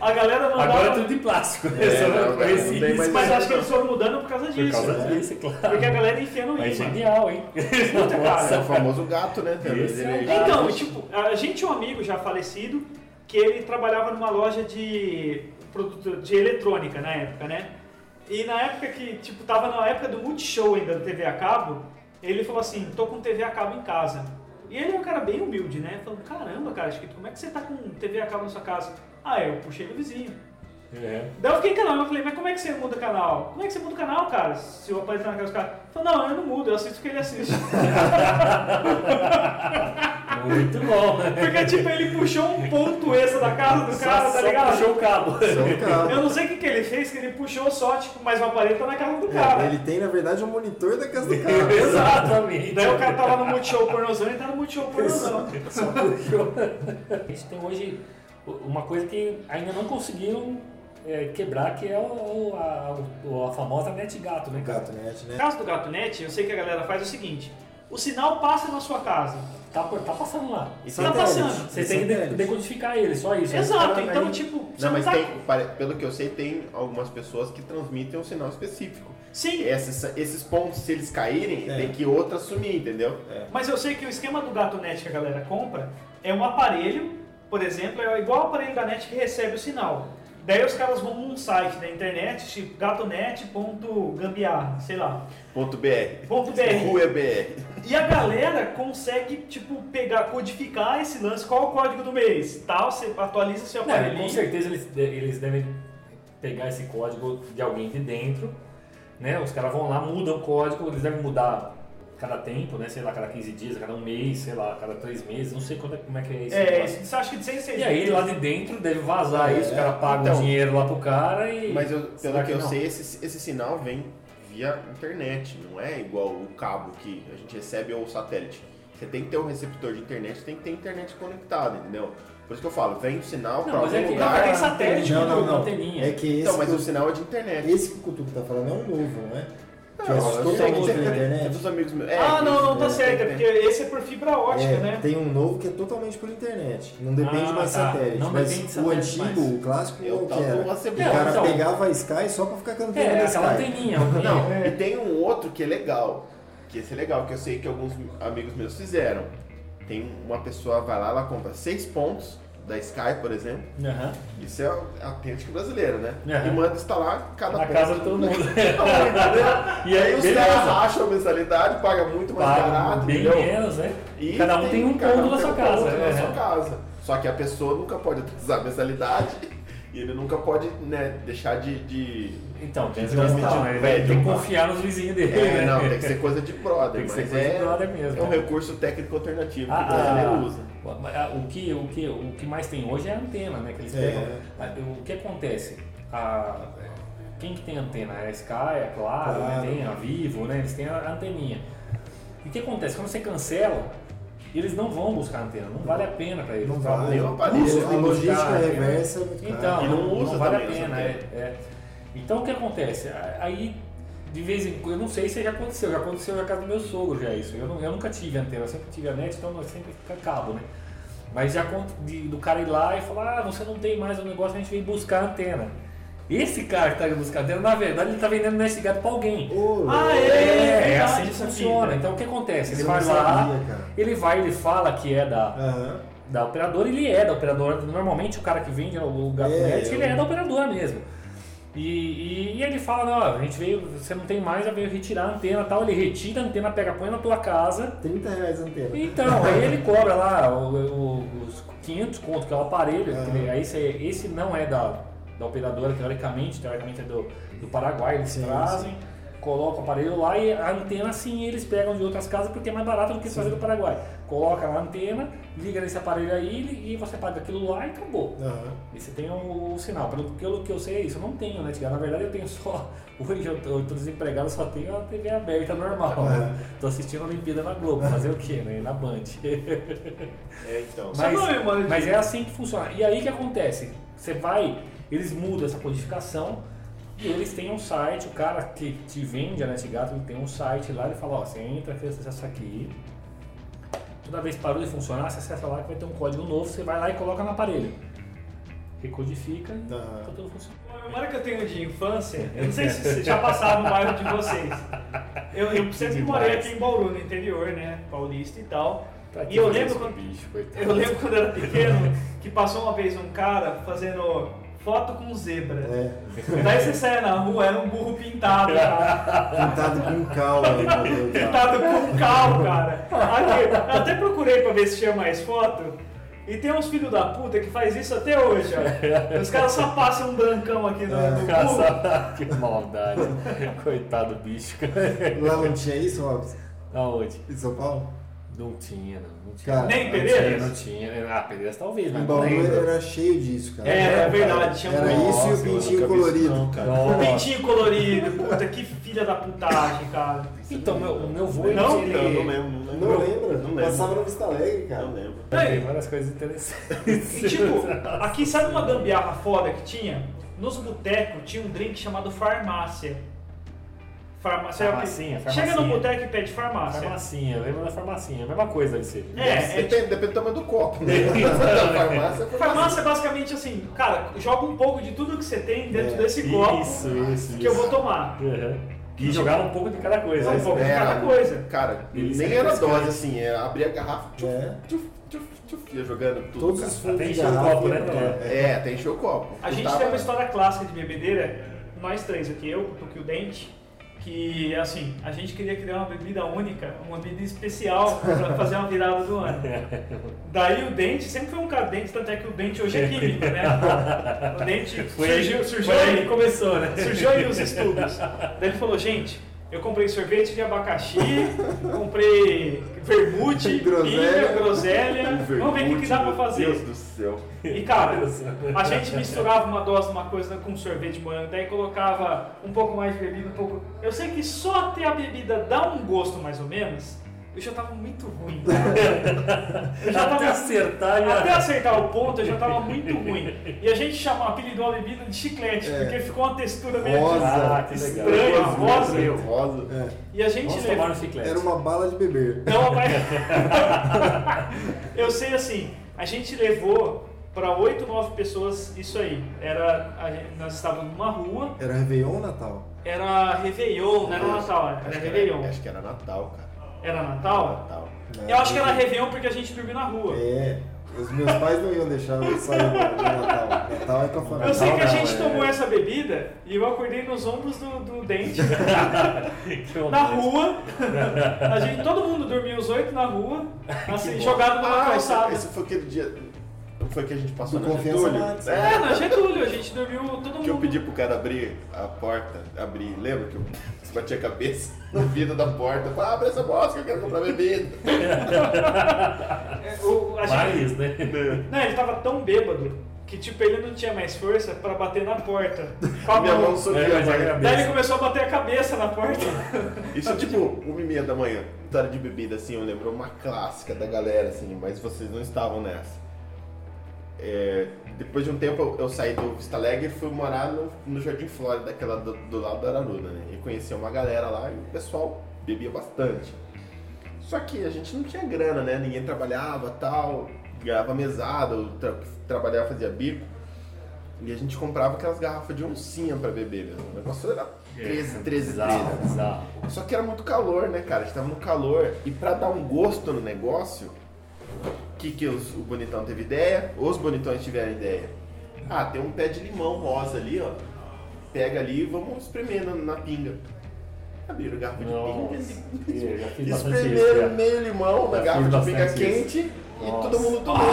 B: A galera mandava.
E: Agora é tudo de plástico.
C: É,
E: Essa
C: não,
E: coisa
C: não
E: assim.
C: tem mais-
B: Mas acho que eles foram mudando por causa
E: Por
B: disso.
E: causa
B: né?
E: disso, é claro.
B: Porque a galera enfia no
E: Mas
B: ímã.
E: genial, hein?
B: Puta, cara.
C: É o famoso gato, né? Tem
E: Esse é o
C: energia.
B: Então, tipo, a gente tinha um amigo já falecido que ele trabalhava numa loja de produto de eletrônica na época, né? E na época que, tipo, tava na época do Multishow ainda do TV a cabo, ele falou assim, tô com TV a cabo em casa. E ele é um cara bem humilde, né? Falando, caramba, cara, acho que como é que você tá com TV a cabo na sua casa? Ah, eu puxei do vizinho.
E: É.
B: Daí eu fiquei canal, eu falei, mas como é que você muda canal? Como é que você muda canal, cara? Se o aparelho tá na casa do cara. Ele Falou, não, eu não mudo, eu assisto o que ele assiste.
E: Muito bom, né?
B: Porque, tipo, ele puxou um ponto extra da casa do cara,
E: Só-
B: tá
E: só
B: ligado?
E: puxou o cabo.
D: Só um carro.
C: É
B: Eu não sei o que, que ele fez, que ele puxou só, tipo, mais uma parede tá na casa do cara.
D: É, ele tem, na verdade, um monitor da casa do cara.
E: Exatamente.
B: Daí o cara tá tava no Multishow pornozão e tá no Multishow pornozão.
E: A gente tem hoje uma coisa que ainda não conseguiram é, quebrar, que é o- o- a, o- a famosa NetGato, né, cara?
D: Gato net,
B: No
D: né?
B: caso do Gato Net, eu sei que a galera faz o seguinte, o sinal passa na sua casa.
E: Tá, por- tá passando lá.
B: Tá
D: é um
B: passando.
E: Você tem que de- decodificar ele, só isso.
B: Exato,
C: cara,
B: então,
C: aí-
B: tipo, você
C: Não, mas
B: tá...
C: tem, pare- pelo que eu sei, tem algumas pessoas que transmitem um sinal específico.
B: Sim,
C: Esses, esses pontos, se eles caírem,
D: É.
C: tem que outra assumir, entendeu?
B: Mas eu sei que o esquema do gato net que a galera compra é um aparelho, por exemplo, é igual o aparelho da net que recebe o sinal. Daí os caras vão num site da internet, tipo gatonet.gambiarra, sei lá,
C: Ponto BR.
B: ponto .br.
C: Rua é BR.
B: E a galera consegue, tipo, pegar, codificar esse lance, qual é o código do mês, tal, você atualiza seu
E: Não,
B: aparelhinho.
E: com certeza eles, de- eles devem pegar esse código de alguém de dentro, né? Os caras vão lá, mudam o código, eles devem mudar cada tempo, né? Sei lá, cada 15 dias, cada um mês, sei lá, cada três meses, não sei quanto é, como é que é isso.
B: é, isso, você acha que de 100 em 100
E: E aí lá de dentro deve vazar
D: É,
E: isso, o cara paga
C: então.
E: o dinheiro lá pro cara e.
C: Mas eu- pelo
E: Será
C: que, eu
E: não?
C: sei, esse, esse sinal vem via internet, não é igual o cabo que a gente recebe ou o satélite. Você tem que ter um receptor de internet, tem que ter internet conectada, entendeu? Por isso que eu falo, vem o sinal
E: Não,
C: pra
E: mas
C: algum
E: é que
C: lugar.
B: tem satélite,
D: Não,
E: com
D: não, não.
E: anteninha.
D: É que esse,
C: Então, mas
D: que,
C: o sinal é de internet.
D: esse que o Cutuco tá falando é um novo, não é? Que é
C: Não, eu sei que
D: totalmente
C: tem-
D: pela
C: tem
D: internet.
C: dos amigos meus. É,
B: Ah,
C: tem-
B: não, não, tá
C: tem-
E: né?
B: certo, é
C: tem-
B: porque esse é por fibra ótica,
D: É,
B: né?
D: Tem um novo que é totalmente por internet. Não depende
E: Ah,
D: mais
E: tá.
D: satélite.
E: Não
D: mas
E: depende de
D: o
E: satélite
D: antigo,
E: mais.
D: o clássico,
C: Eu
D: é o que
C: tava
D: era.
C: uma
D: O
C: semana.
D: cara
E: então.
D: pegava a Sky só pra ficar
C: um
D: cantando
E: É,
D: na
E: aquela
D: Sky.
E: anteninha. alguém-
C: Não, e tem um outro que é legal. Que esse é legal, que eu sei que alguns amigos meus fizeram. Tem uma pessoa, vai lá, ela compra seis pontos da Sky, por exemplo.
E: Aham.
C: Isso é autêntico brasileiro, né?
E: Aham.
C: E manda instalar cada
E: É. Na
C: ponto.
E: casa de todo mundo.
C: e aí os
E: Beleza.
C: caras acham a mensalidade, paga muito mais
E: Paga
C: barato,
E: bem
C: entendeu?
E: menos, né?
C: E
E: Cada um tem um
C: cada
E: cômodo na
C: tem
E: sua
C: um
E: casa.
C: cômodo
E: é.
C: na sua casa. Só que a pessoa nunca pode utilizar a mensalidade e ele nunca pode, né, deixar de. de-
E: Então, tem que
C: Não,
E: gastar,
C: não,
E: né? Tem
C: não.
E: que confiar nos vizinhos dele,
C: É,
E: né?
C: não, tem que ser coisa de brother,
E: Tem que ser
C: mas
E: coisa de
C: é,
E: brother mesmo,
C: é um
E: né?
C: recurso técnico alternativo que
E: Ah,
C: o brasileiro
E: ah,
C: usa.
E: ah, O que, o, que, o que mais tem hoje é a antena, né? Que eles
D: É.
E: pegam. Ah, O que acontece? A- quem que tem antena? É a Sky, é a Claro, né?
D: Claro.
E: tem a Vivo, né? Eles têm a anteninha. E o que acontece? Quando você cancela, eles não vão buscar a antena. Não vale a pena para eles.
D: Não vale.
C: Nenhum aparelho,
D: Custo,
C: tem
D: um A
C: que
D: logística
E: buscar, né?
D: reversa é muito cara.
E: Então,
C: E não usa
E: vale a
C: também essa
E: pena. É, é. Então o que acontece? A- Aí, de vez em quando, eu não sei se já aconteceu, já aconteceu na casa do meu sogro já isso. Eu, não- eu nunca tive antena, eu sempre tive a net, então eu sempre fica cabo, né? Mas já aconte- de- do cara ir lá e falar, ah, você não tem mais o negócio, a gente veio buscar a antena. Esse cara que tá indo buscar a antena, na verdade, ele tá vendendo nesse gato pra alguém.
D: Ô,
B: Ah, é,
E: É, é,
B: verdade,
E: assim que
B: isso aqui,
E: funciona.
B: né?
E: Então o que acontece? Ele
C: é
D: Isso eu
E: vai
D: não
E: lá,
D: sabia, cara.
E: ele vai, ele fala que é da,
D: Aham.
E: da operadora, ele é da operadora. Normalmente o cara que vende o gabinete,
D: É,
E: ele é
D: eu-
E: da operadora mesmo. E, e- e ele fala, não, a gente veio, você não tem mais, eu veio retirar a antena e tal. Ele retira a antena, pega, põe na tua casa.
D: 30 reais a antena.
E: Então, aí ele cobra lá o- o- os 500 conto, que é o aparelho,
D: Ah.
E: que nem- aí esse, esse não é da, da operadora, teoricamente, teoricamente é do, do Paraguai, eles
D: Sim,
E: trazem, colocam o aparelho lá e a antena sim eles pegam de outras casas porque é mais barato do que fazer do Paraguai. Coloca na antena, liga nesse aparelho aí e você paga aquilo lá e acabou.
D: Aham.
E: E você tem o, o sinal. Pelo que eu, que eu sei, é isso eu não tenho, né? Tiago? Na verdade, eu tenho só. Hoje eu tô, eu tô desempregado, só tenho a TV aberta normal. né? Tô assistindo a Olimpíada na Globo. Fazer o quê, né? Na Band.
C: É, então.
B: Você não é, mano, de-
E: mas é assim que funciona. E aí o que acontece? Você vai, eles mudam essa codificação e eles têm um site. O cara que te vende a NetGato ele tem um site lá. Ele fala: Ó, você entra, aqui, você acessa aqui. Toda vez que parou de funcionar, você acessa lá que vai ter um código novo. Você vai lá e coloca no aparelho. Recodifica e
D: Tá.
E: tá tudo funcionando.
B: Uma memória que eu tenho de infância, eu não sei se vocês já passaram no bairro de vocês. Eu, eu sempre morei
E: demais.
B: aqui em Bauru, no interior, né? Paulista e tal.
E: Tá aqui
B: E eu
E: com
B: lembro
E: esse
B: quando,
E: bicho, coitado.
B: eu lembro quando eu era pequeno que passou uma vez um cara fazendo foto com zebra.
D: É.
B: Daí você saia na rua, era um burro pintado, cara.
D: Pintado com cal aí, meu Deus.
B: pintado com um cal, cara. Aqui, eu até procurei pra ver se tinha mais foto. E tem uns filhos da puta que faz isso até hoje, ó. Os caras só passam um brancão aqui no, no
E: É.
B: burro.
E: que maldade. Coitado do bicho, cara.
D: Lá não tinha isso, Robson?
E: Aonde?
D: Em São Paulo?
E: Não tinha, não. não tinha.
D: Cara,
B: Nem
E: Não
B: Pereiras?
E: tinha, Não tinha. Ah, Pereiras talvez, mas não
D: Em Bauru
E: lembro.
D: era cheio disso, cara.
B: É, é verdade, tinha um
D: Era
B: bom.
D: isso e
C: Nossa,
D: o pintinho
C: eu nunca vi isso
D: colorido.
C: não, cara.
B: Um
E: Nossa.
B: pintinho colorido, puta, que filha da putagem, cara.
E: Então, meu, o meu vô, ele-
B: Não?
E: ele...
C: Não, não lembro, não lembro.
D: Não lembra?
C: Não lembro.
D: Passava no Vista Alegre, cara.
C: Não lembro.
E: Tem várias coisas interessantes.
B: É. E tipo, aqui sabe uma gambiarra foda que tinha? Nos botecos tinha um drink chamado farmácia. Farmácia era o quê?
E: Farmacinha,
B: Chega no
E: farmacinha.
B: boteco e pede farmácia.
E: Ah, Farmacinha, lembra da farmacinha. Mesma coisa deve ser.
B: É, é
C: depende, depende do tamanho do copo, né?
E: Então,
C: farmácia,
B: tipo, farmácia é basicamente assim, cara, joga um pouco de tudo que você tem dentro
D: É,
B: desse copo
E: Isso, isso, isso.
B: que eu vou tomar.
E: Uhum. E jogava um pouco de cada coisa.
B: Não,
E: né?
B: um pouco. cada
C: Era,
B: coisa.
C: Cara,
E: Eles
C: nem
E: sempre
C: era
E: pescaram.
C: dose assim, era abrir a garrafa, tchuf,
D: É.
C: tchuf, tchuf, tchuf, ia jogando tudo.
D: Todos
C: cara.
D: os fundos
E: Até
D: de
E: encheu o
D: garrafa.
E: copo, né,
D: ia
E: cara?
D: embora.
C: É, até encher o copo.
B: A gente
C: Tava-
B: tem uma história clássica de bebedeira, nós três aqui, eu, Tuque e o Dente, que assim, a gente queria criar uma bebida única, uma bebida especial pra fazer uma virada do ano. Daí o Dente sempre foi um cara dente, tanto é que o Dente hoje é químico, né? O Dente
E: Foi aí-
B: surgiu, surgiu
E: foi aí
B: aí,
E: que começou, né?
B: surgiu aí os estudos. Daí ele falou, gente, eu comprei sorvete de abacaxi, comprei vermute,
D: Groselha.
B: pinga, groselha, vamos ver o que que dá pra
C: Um meu
B: fazer.
C: Deus do céu.
B: E cara, a gente misturava uma dose de uma coisa com sorvete de morango, daí colocava um pouco mais de bebida, um pouco. Eu sei que só até a bebida dá um gosto mais ou menos, eu já tava muito ruim. cara. Eu já
E: Até
B: tava.
E: acertar, já...
B: um Até aceitar o ponto, eu já tava muito ruim. E a gente chamou, apelidou a bebida de chiclete,
E: É.
B: porque ficou uma textura meio assim.
D: Rosa.
E: Ah, que legal.
B: estranha, rosa.
E: Meu Deus.
C: Rosa.
B: E a gente
E: Vamos
B: levou-
E: tomar um chiclete.
D: É. Era uma bala de beber.
B: Não, mas. eu sei assim, a gente levou para 8, 9 pessoas isso aí. Era, a gente- nós estávamos numa rua,
D: Era Réveillon ou Natal?
B: era Réveillon, não era Natal, era
C: Acho que
B: Réveillon.
C: Acho que era Natal, cara.
B: Era Natal?
C: Natal.
B: Eu acho que era Réveillon porque a gente dormiu na rua.
D: É. Os meus pais não iam deixar eu sair do Natal. Natal é com a família.
B: Eu sei que a
E: não,
B: gente
E: é.
B: tomou essa bebida e eu acordei nos ombros do, do dente
E: Que
B: na
E: vontade.
B: rua. A gente, todo mundo dormiu os oito na rua, assim,
C: Que
B: jogado
C: bom.
B: numa
C: Ah, esse,
B: calçada.
C: esse foi aquele dia. Não foi que a gente passou
D: Do
C: na
D: Confiança
C: Getúlio?
D: Max,
C: É,
B: É, na Getúlio, a gente dormiu todo mundo.
C: Que eu pedi pro cara abrir a porta, abrir, lembra que eu bati a cabeça no vidro da porta, falei, abre essa bosta que eu quero comprar bebida.
B: É, o- a gente-
E: Mais, né?
B: Não, ele tava tão bêbado que tipo ele não tinha mais força pra bater na porta. Com a
C: Minha
B: mão.
C: mão né?
E: É,
C: sorria,
E: mas é
C: mas...
E: grave.
B: Daí ele começou a bater a cabeça na porta.
C: Isso tipo uma e meia da manhã, história de bebida assim, eu lembro uma clássica da galera assim, mas vocês não estavam nessa. É, depois de um tempo eu, eu saí do Vista Alegre e fui morar no, no Jardim Flórida, daquela do, do lado da Araruda, né? E conheci uma galera lá e o pessoal bebia bastante. Só que a gente não tinha grana, né? Ninguém trabalhava tal, ganhava mesada, ou tra trabalhava, fazia bico. E a gente comprava aquelas garrafas de oncinha pra beber mesmo. O negócio era 13, 13, 13.
E: É, Bizarro, bizarro.
C: Só que era muito calor, né, cara? A gente tava no calor. E pra dar um gosto no negócio, o que, que os- o bonitão teve ideia? Os bonitões tiveram ideia. Ah, tem um pé de limão rosa ali, ó. Pega ali e vamos espremer na, na pinga. Abriram o garfo de
E: Nossa,
C: pinga.
E: eu já fiz bastante isso.
C: né? Espremeram
E: cara.
C: meio limão na
E: Eu
C: garfo
E: fiz
C: de pinga
E: bastante
C: quente e
E: Nossa.
C: todo mundo tomou.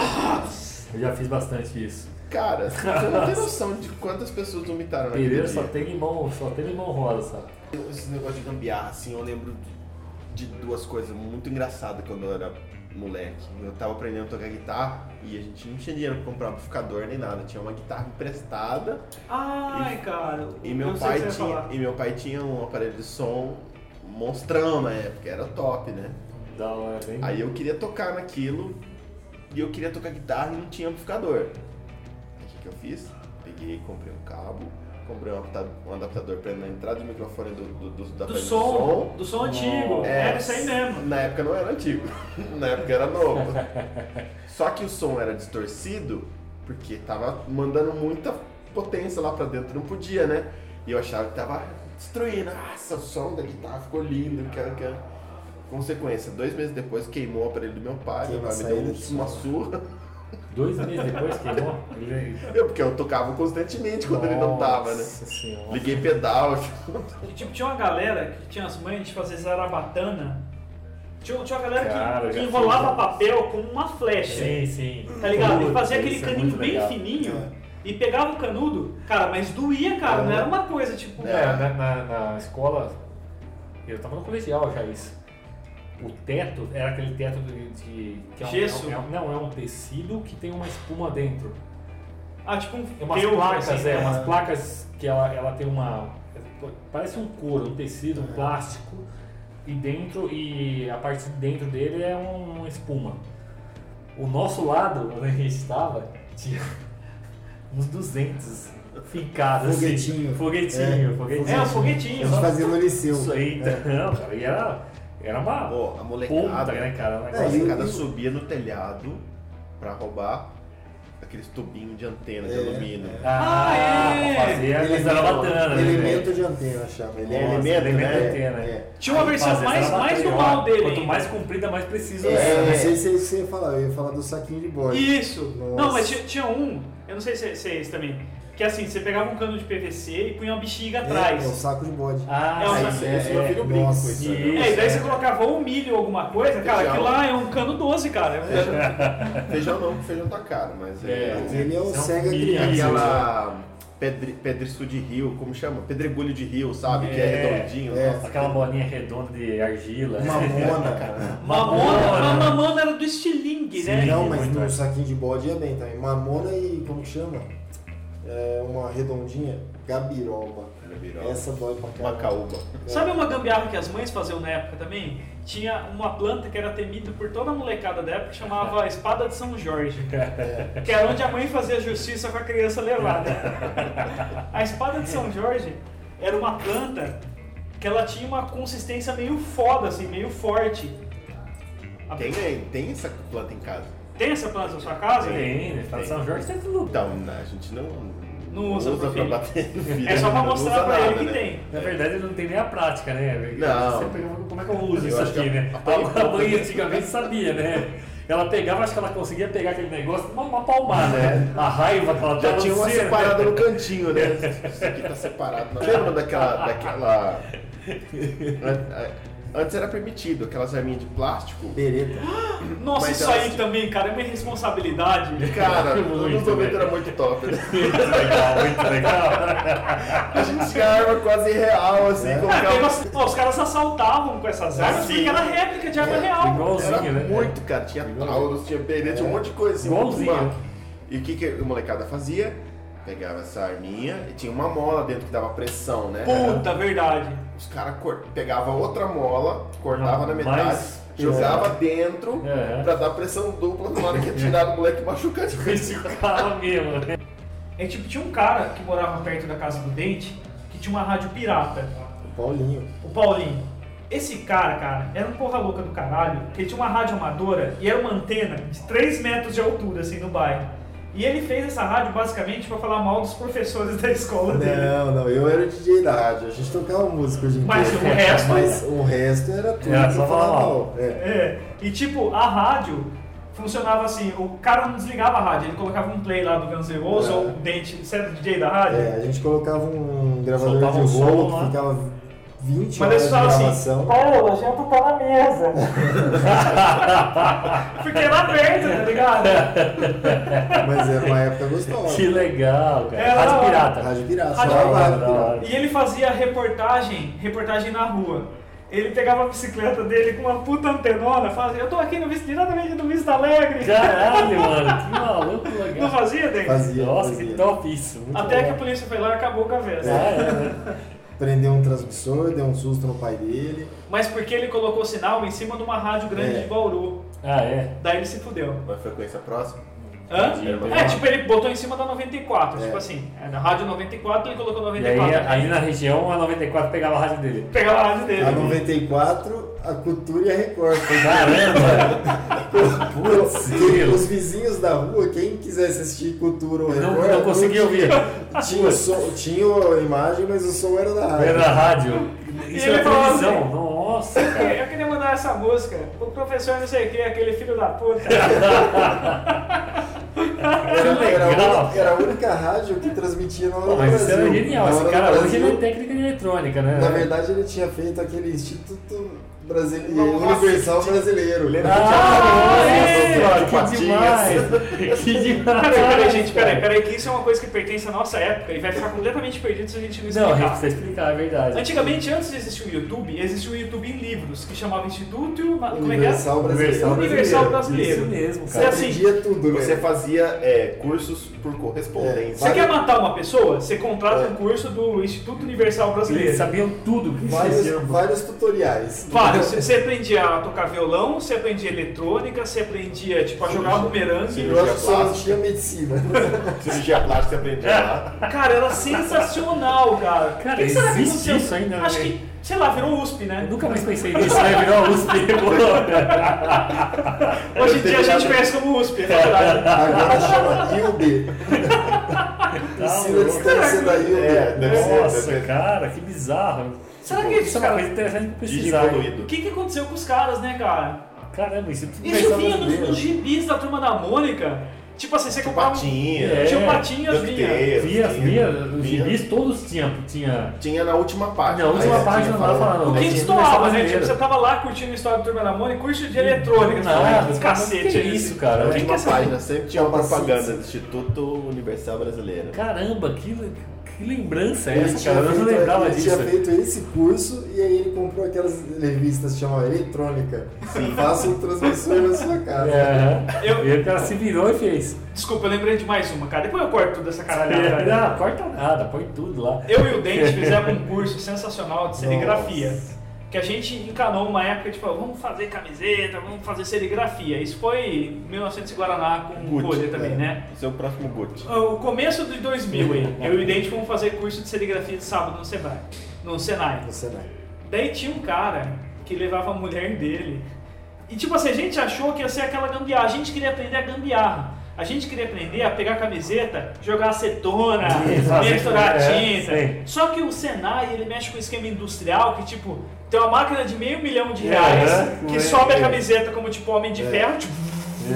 E: Eu já fiz bastante isso.
C: Cara, você não tem noção de quantas pessoas vomitaram naquele
E: Pereira
C: dia.
E: só tem limão, só tem limão rosa, sabe?
C: Esse negócio de gambiarra, assim, eu lembro de duas coisas muito engraçadas quando eu era moleque. Eu tava aprendendo a tocar guitarra e a gente não tinha dinheiro pra comprar amplificador nem nada. Tinha uma guitarra emprestada
B: Ai, cara.
C: e meu,
B: eu sei o que
C: pai
B: você ia
C: tinha,
B: falar.
C: e meu pai tinha um aparelho de som monstrão na época, era top, né?
E: Da hora, hein?
C: Aí eu queria tocar naquilo e eu queria tocar guitarra e não tinha amplificador. Aí o que, que eu fiz? Peguei, comprei um cabo, comprei um adaptador, um adaptador pra na entrada do microfone do, do, do,
E: Tá
C: da
B: Do
C: aparelho de
B: som, do som antigo.
E: Nossa.
B: Era isso aí mesmo.
C: É, Na época não era antigo, na época era novo. Só que o som era distorcido porque tava mandando muita potência lá pra dentro, não podia, né? E eu achava que tava destruindo. Nossa, o som da guitarra ficou lindo, que que Consequência, dois meses depois queimou o aparelho do meu pai, meu
D: Queima
C: pai
D: a
C: me deu
D: saída
C: um-
D: de
C: uma
D: som.
C: surra.
E: Dois meses depois queimou? Ele-
C: Eu, porque eu tocava constantemente quando ele não tava, né?
E: Nossa senhora.
C: Liguei pedal,
B: E, tipo, tinha uma galera que tinha as mães de fazer zarabatana. Tinha, tinha uma galera
E: Cara,
B: que, que
E: já
B: enrolava
E: fiz.
B: papel com uma flecha.
E: Sim, sim.
B: Tá ligado?
E: Puta,
B: Ele fazia aquele
E: isso é
B: caninho
E: muito
B: bem
E: legal. É.
B: fininho e pegava o canudo, cara, mas doía, cara, não era uma coisa tipo.
C: É.
E: É, na, na- na escola, eu tava no colegial já isso. O teto era aquele teto de. de- que é um,
B: Gesso?
E: é um- não, é um tecido que tem uma espuma dentro.
B: Ah, tipo um
E: É umas
B: feltro,
E: placas,
B: assim,
E: é,
B: né?
E: umas placas que ela, ela tem uma. Parece um couro, um tecido,
B: É.
E: um plástico, e dentro, e a parte de dentro dele é um- uma espuma. O nosso lado, onde a gente estava, tinha uns 200 fincados. assim.
D: Foguetinho.
E: Foguetinho,
D: É,
E: foguetinho.
B: É, um
D: Eu
B: foguetinho. só-
D: fazia no liceu.
E: Isso aí, então, cara, e era, era uma
C: Pô, a
E: ponta,
C: molecada.
E: né, cara? Um
C: A
D: É,
E: negócio-
D: e o-
C: molecada
D: e o-
C: Tá subia no telhado pra roubar aqueles tubinhos de antena de
D: É,
C: alumínio.
B: Ah, é!
E: pra fazer a
D: Elemento-
E: zarabatana, né?
D: Elemento de antena, eu achava.
C: Ele é
E: Nossa,
C: elemento, né?
E: de antena.
D: É.
B: Tinha uma
E: Aí
B: versão
E: fazia
B: mais,
E: zarabatana,
B: mais do
E: ó,
B: mal dele.
E: Quanto
B: ainda.
E: mais comprida, mais precisa.
D: É,
E: né?
D: não sei se é isso que você ia falar, eu ia falar do saquinho de bode.
B: Isso.
D: Nossa.
B: Não, mas tinha, tinha um, eu não sei se, se é esse também, que assim, você pegava um cano de PVC e punha uma bexiga
D: É, é o
B: atrás.
D: saco de bode.
E: Ah,
B: É um-
E: sim,
C: Aí você-
E: é,
C: seu
E: é.
C: filho brinca com
D: Nossa.
C: isso. né?
E: Isso,
B: é, e daí
E: é.
B: você colocava ou milho ou alguma coisa, cara,
C: Feijão.
B: aquilo lá é um cano 12, cara. É um cano-
C: Feijão não, porque feijão tá caro, mas é.
E: É.
D: Mas ele é o
E: Isso é um
D: cega
E: milho,
C: é
D: criança.
C: aquela pedre, pedriçu de rio, como chama? Pedregulho de rio, sabe? Que é
E: É.
C: redondinho.
D: É.
C: nossa.
E: Aquela bolinha redonda de argila. né?
D: Mamona, cara.
B: Mamona, a mamona era do estilingue, né?
E: Sim.
D: Não, mas
E: muito,
D: no
E: é.
D: saquinho de bode ia bem também. Mamona e como que chama? É uma redondinha. Gabiroba.
C: Gabiroba.
D: Essa dói
C: é
D: pra caramba.
C: Macaúba.
B: Sabe uma gambiarra que as mães faziam na época também? Tinha uma planta que era temida por toda a molecada da época, que chamava Espada de São Jorge.
E: É.
B: Que era onde a mãe fazia justiça com a criança levada. A Espada de São Jorge era uma planta que ela tinha uma consistência meio foda, assim, meio forte. A-
C: Tem, é, tem essa planta em casa.
B: Tem essa planta na sua casa?
E: Tem, né? Fala São Jorge tem tudo.
C: Então, né, a gente não,
B: Não usa pro
C: pra
B: filho.
C: bater no filho.
B: É só pra
C: não
B: mostrar
C: usa
B: pra ele
C: nada,
B: que
C: né?
B: tem.
E: Na verdade, não tem nem a prática, né?
C: Não.
E: Você pega, como é que eu uso
C: Eu
E: isso
C: acho que
E: aqui,
C: a-
E: né?
C: a
E: A,
C: palma-
E: a mãe antigamente sabia, né? Ela pegava, acho que ela conseguia pegar aquele negócio uma, uma palmada, né? A raiva que ela
C: Já
E: tava
C: tinha uma
E: sendo, né?
C: separada no cantinho, né? Isso aqui tá separado. Não. Lembra daquela. daquela... An- Antes era permitido, aquelas arminhas de plástico.
D: Bereta.
B: Nossa,
C: Mas
B: isso
C: elas-
B: aí também, cara, é uma irresponsabilidade.
C: Cara,
E: Muito,
C: no momento
E: né?
C: era muito top. Né?
E: Muito legal, muito legal.
C: A gente tinha arma quase real, assim,
D: É.
B: Ah, teve
C: colocava.
B: as- pô, os caras assaltavam com essas armas
C: Sim.
B: porque era réplica de arma
D: É,
B: real.
E: Igualzinho,
C: Era
E: né?
C: muito, cara. Tinha
E: Igualzinho.
C: Taurus, tinha perete, tinha um monte de coisa assim.
E: Igualzinho.
C: muito maluco. E o que, que a molecada fazia? Pegava essa arminha e tinha uma mola dentro que dava pressão, né?
B: Puta, verdade.
C: Os caras cor... pegavam outra mola, cortavam
E: Não,
C: na metade,
E: mas-
C: jogava dentro
E: É.
C: pra dar pressão dupla na hora que atirava o moleque machucado.
E: Esse cara mesmo, né?
B: É tipo, tinha um cara que morava perto da casa do Dente que tinha uma rádio pirata,
D: Paulinho.
B: o Paulinho. Esse cara, cara, era um porra louca do caralho, que ele tinha uma rádio amadora e era uma antena de 3 metros de altura, assim, no bairro. E ele fez essa rádio basicamente pra falar mal dos professores da escola dele.
D: Não, não, eu era o DJ da rádio. A gente tocava música hoje em
B: Mas
D: dia. né?
B: o resto-
D: Mas o resto era tudo.
E: Era só
D: pra falar
E: falar
D: mal.
E: mal.
D: É.
B: É, e tipo, a rádio funcionava assim, o cara não desligava a rádio, ele colocava um play lá do Guns N' Roses
D: É.
B: ou o Dente, você era o DJ da rádio?
D: É, a gente colocava um gravador
E: Soltava
D: de
E: um som
D: rolo que
E: lá.
D: ficava
B: Mas
D: 20 horas
B: eles
D: de
B: falam assim,
D: gravação.
B: ô, a janta tá na mesa. Fiquei lá dentro, tá ligado?
D: É. Mas era uma época gostosa.
E: Que legal, cara.
B: É,
E: Rádio
B: não,
E: Pirata.
D: Rádio Pirata.
B: Rádio
D: só a
B: Pirata.
D: Rádio Pirata.
B: E ele fazia reportagem, reportagem na rua. Ele pegava a bicicleta dele com uma puta antenona, fazia, eu tô aqui no visto diretamente do Vista Alegre.
E: Caralho, mano. Que maluco legal.
B: Não fazia, Denis?
D: Fazia,
E: Nossa, que
D: fazia.
E: top isso. Muito
B: Até que a
E: legal.
B: polícia foi lá e acabou com a vez.
E: Ah, é, né?
D: Prendeu um transmissor, deu um susto no pai dele.
B: Mas porque ele colocou sinal em cima de uma rádio grande
D: É.
B: de Bauru.
E: Ah, é.
B: Daí ele se fudeu.
C: Uma frequência próxima.
B: Hã?
E: Entendi.
B: É, tipo, ele botou em cima da 94.
D: É.
B: Tipo assim, é, na rádio 94 ele colocou
E: E aí, é
B: 94.
E: aí na região, a 94 pegava a rádio dele.
B: Pegava a rádio dele.
D: A 94, a cultura e a Record.
E: Caramba! Putz, grilo.
D: Os vizinhos da rua, quem quisesse assistir cultura ou
E: Não-
D: Record.
E: não conseguia ouvir.
D: Tinha, o som, tinha a imagem, mas o som era da rádio.
E: Era da rádio. Isso
B: ele
E: é
B: falava
E: televisão.
B: assim-
E: Nossa, cara.
B: Eu queria mandar essa música. O professor não sei o que, aquele filho da puta.
D: Era, era a
E: legal.
D: única- era a única rádio que transmitia na hora
E: Pô,
D: do
E: mas isso
D: Brasil.
E: era genial.
D: Na
E: Esse
D: hora do
E: cara hoje
D: Brasil,
E: ele é técnico de eletrônica, né?
D: Na verdade, ele tinha feito aquele Instituto Brasile...
B: Nossa,
D: Universal Brasileiro.
E: Ah,
C: Tinha
E: que
C: patinhas.
E: demais! Que demais!
B: Peraí, peraí, gente, peraí, peraí, que isso é uma coisa que pertence à nossa época e vai ficar completamente perdido se a gente não
E: Não, a gente
B: explicar.
E: precisa explicar, é verdade.
B: Antigamente, antes de existir o YouTube, existia o YouTube em livros, que chamava Instituto.
E: Ah,
B: Ma- Como é que é?
D: Universal Brasileiro.
E: Universal
D: é
B: Universal
E: Isso
B: Brasileiro.
E: mesmo,
B: Você
E: cara.
B: assim,
D: Dia tudo, né?
C: Você fazia é, cursos por correspondência.
B: Você quer matar uma pessoa? Você contrata um curso do Instituto Universal
E: Eles
B: Brasileiro.
E: sabiam tudo que
D: Vários,
E: existia.
D: vários tutoriais.
B: Vários. Você- Você aprendia a tocar violão, você aprendia eletrônica, você aprendia tipo, a jogar
C: Sim.
B: bumerangue.
D: Eu acho que só não tinha medicina.
C: Cirurgia plástica aprendia lá.
B: Cara, era sensacional, cara.
E: Cara,
B: O que será que
E: existe
B: aconteceu?
E: isso ainda,
B: Acho
E: né?
B: que, sei lá, virou USP, né?
E: Eu nunca mais pensei nisso, né? Virou a USP. pô.
B: Hoje em dia a gente conhece como USP, é verdade.
D: Agora chama IUB.
E: Tá
D: Ensina a distância da IUB.
C: É, deve ser. deve
E: Nossa,
C: ser.
E: cara, que bizarro.
B: Será
E: Pô,
B: que
E: isso é uma
B: cara-
E: coisa interessante pra pesquisar? hein?
B: O
C: Desevoluído.
B: que, que aconteceu com os caras, né, cara?
E: Caramba, isso é tudo
B: Isso
E: versão
B: vinha nos,
E: brasileira.
B: nos gibis da turma da Mônica. Tipo assim, você comprava um.
C: Patinha.
E: É.
B: Tinha um patinhas, vinha.
C: DuckTales,
E: Via, via, os
C: Via.
E: gibis todos tinham. Tinha.
C: Tinha na última página.
E: Na última
C: Aí,
E: página
C: tinha
E: lá
C: falando-
E: falando.
B: O que
E: Aí tinha
B: destoava, né?
E: brasileiro.
B: Tipo, você tava lá curtindo a história da turma da Mônica, curso de eletrônica. você
E: Nada,
B: falava,
E: mas
B: cacete.
E: que
B: é
E: isso, cara?
B: Quem
C: Na
B: que é
C: última
B: essa-
C: página sempre tinha uma
D: Papacinhos.
C: propaganda do Instituto Universal Brasileiro.
E: Caramba, que, le- que lembrança é
D: Ele
E: essa,
D: tinha
E: cara? Eu não
D: feito-
E: lembrava
D: ele
E: disso.
D: tinha feito esse curso e aí ele comprou aquelas revistas que chamam Eletrônica. Faça um transmissor na sua casa.
E: É,
B: Eu-
E: E aí o cara se virou e fez.
B: Desculpa, eu lembrei de mais uma, cara. Depois eu corto tudo essa caralhada.
E: É, Ah, corta nada, põe tudo lá.
B: Eu e o Dente fizemos um curso sensacional de serigrafia. Que a gente encanou uma época, tipo, vamos fazer camiseta, vamos fazer serigrafia. Isso foi 1900 e Guaraná com
C: Gucci,
B: bolha também,
D: é.
B: né?
C: Seu próximo Gucci.
B: O começo de 2000 aí, eu e o Dente fomos fazer curso de serigrafia de sábado no Sebrae, no Senai.
D: Você não.
B: Daí tinha um cara que levava a mulher dele. E tipo assim, a gente achou que ia ser aquela gambiarra. A gente queria aprender a gambiarra. A gente queria aprender a pegar a camiseta, jogar acetona,
E: E fazer-
B: misturar
E: é,
B: tinta.
E: sim.
B: Só que o Senai, ele mexe com o esquema industrial que tipo, tem uma máquina de meio milhão de
E: É,
B: reais
E: é,
B: que
E: é,
B: sobe a
E: é.
B: camiseta como tipo homem de ferro, tipo,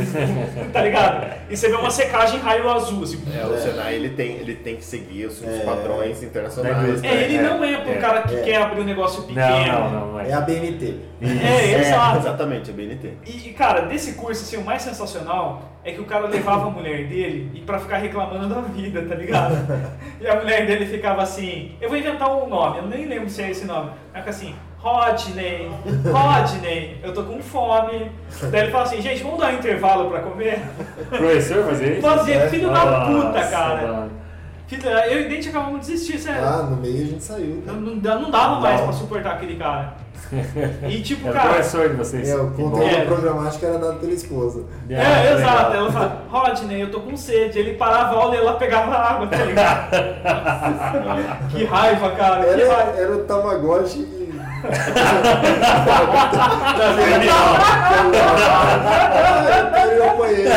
B: tá ligado? E você vê uma secagem em raio azul. Assim,
C: É, o Senai ele tem, ele tem que seguir os, os
D: É.
C: padrões
E: Da
C: internacionais.
E: indústria.
B: É, ele não é pro
C: é,
B: cara que
D: é.
B: quer abrir um negócio
E: Não,
B: pequeno.
E: não, não, não
D: É
E: é.
D: a BNT.
B: É, exato.
C: Exatamente, a BNT.
B: E, e, cara, desse curso, assim, o mais sensacional é que o cara levava a mulher dele e pra ficar reclamando da vida, tá ligado? E a mulher dele ficava assim, eu vou inventar um nome, eu nem lembro se é esse nome. Ela fica assim, Rodney, Rodney, eu tô com fome. Daí ele fala assim, gente, vamos dar um intervalo pra comer?
E: O Professor fazer isso?
B: Fazia, filho da puta,
E: Nossa,
B: cara.
E: mano.
B: Filho, eu e Dente acabamos de desistir, sério.
D: Ah, no meio a gente saiu.
B: Não, não dá- não dava mais
D: Não.
B: pra suportar aquele cara. E tipo,
E: É o
B: cara,
E: professor de vocês.
D: É, o
E: Que
D: conteúdo
B: É.
D: programático era dado pela esposa.
E: bom.
B: É,
E: legal.
B: exato. Ela fala, Rodney, eu tô com sede. Ele parava a aula e ela pegava água, tá ligado? que raiva,
E: Ah,
B: cara. Que raiva.
D: Era, era o Tamagotchi e. Ele é o banheiro.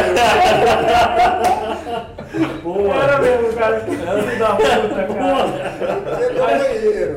E: Boa.
B: Era mesmo, cara. Filho da puta, cara.
D: Ele é o banheiro.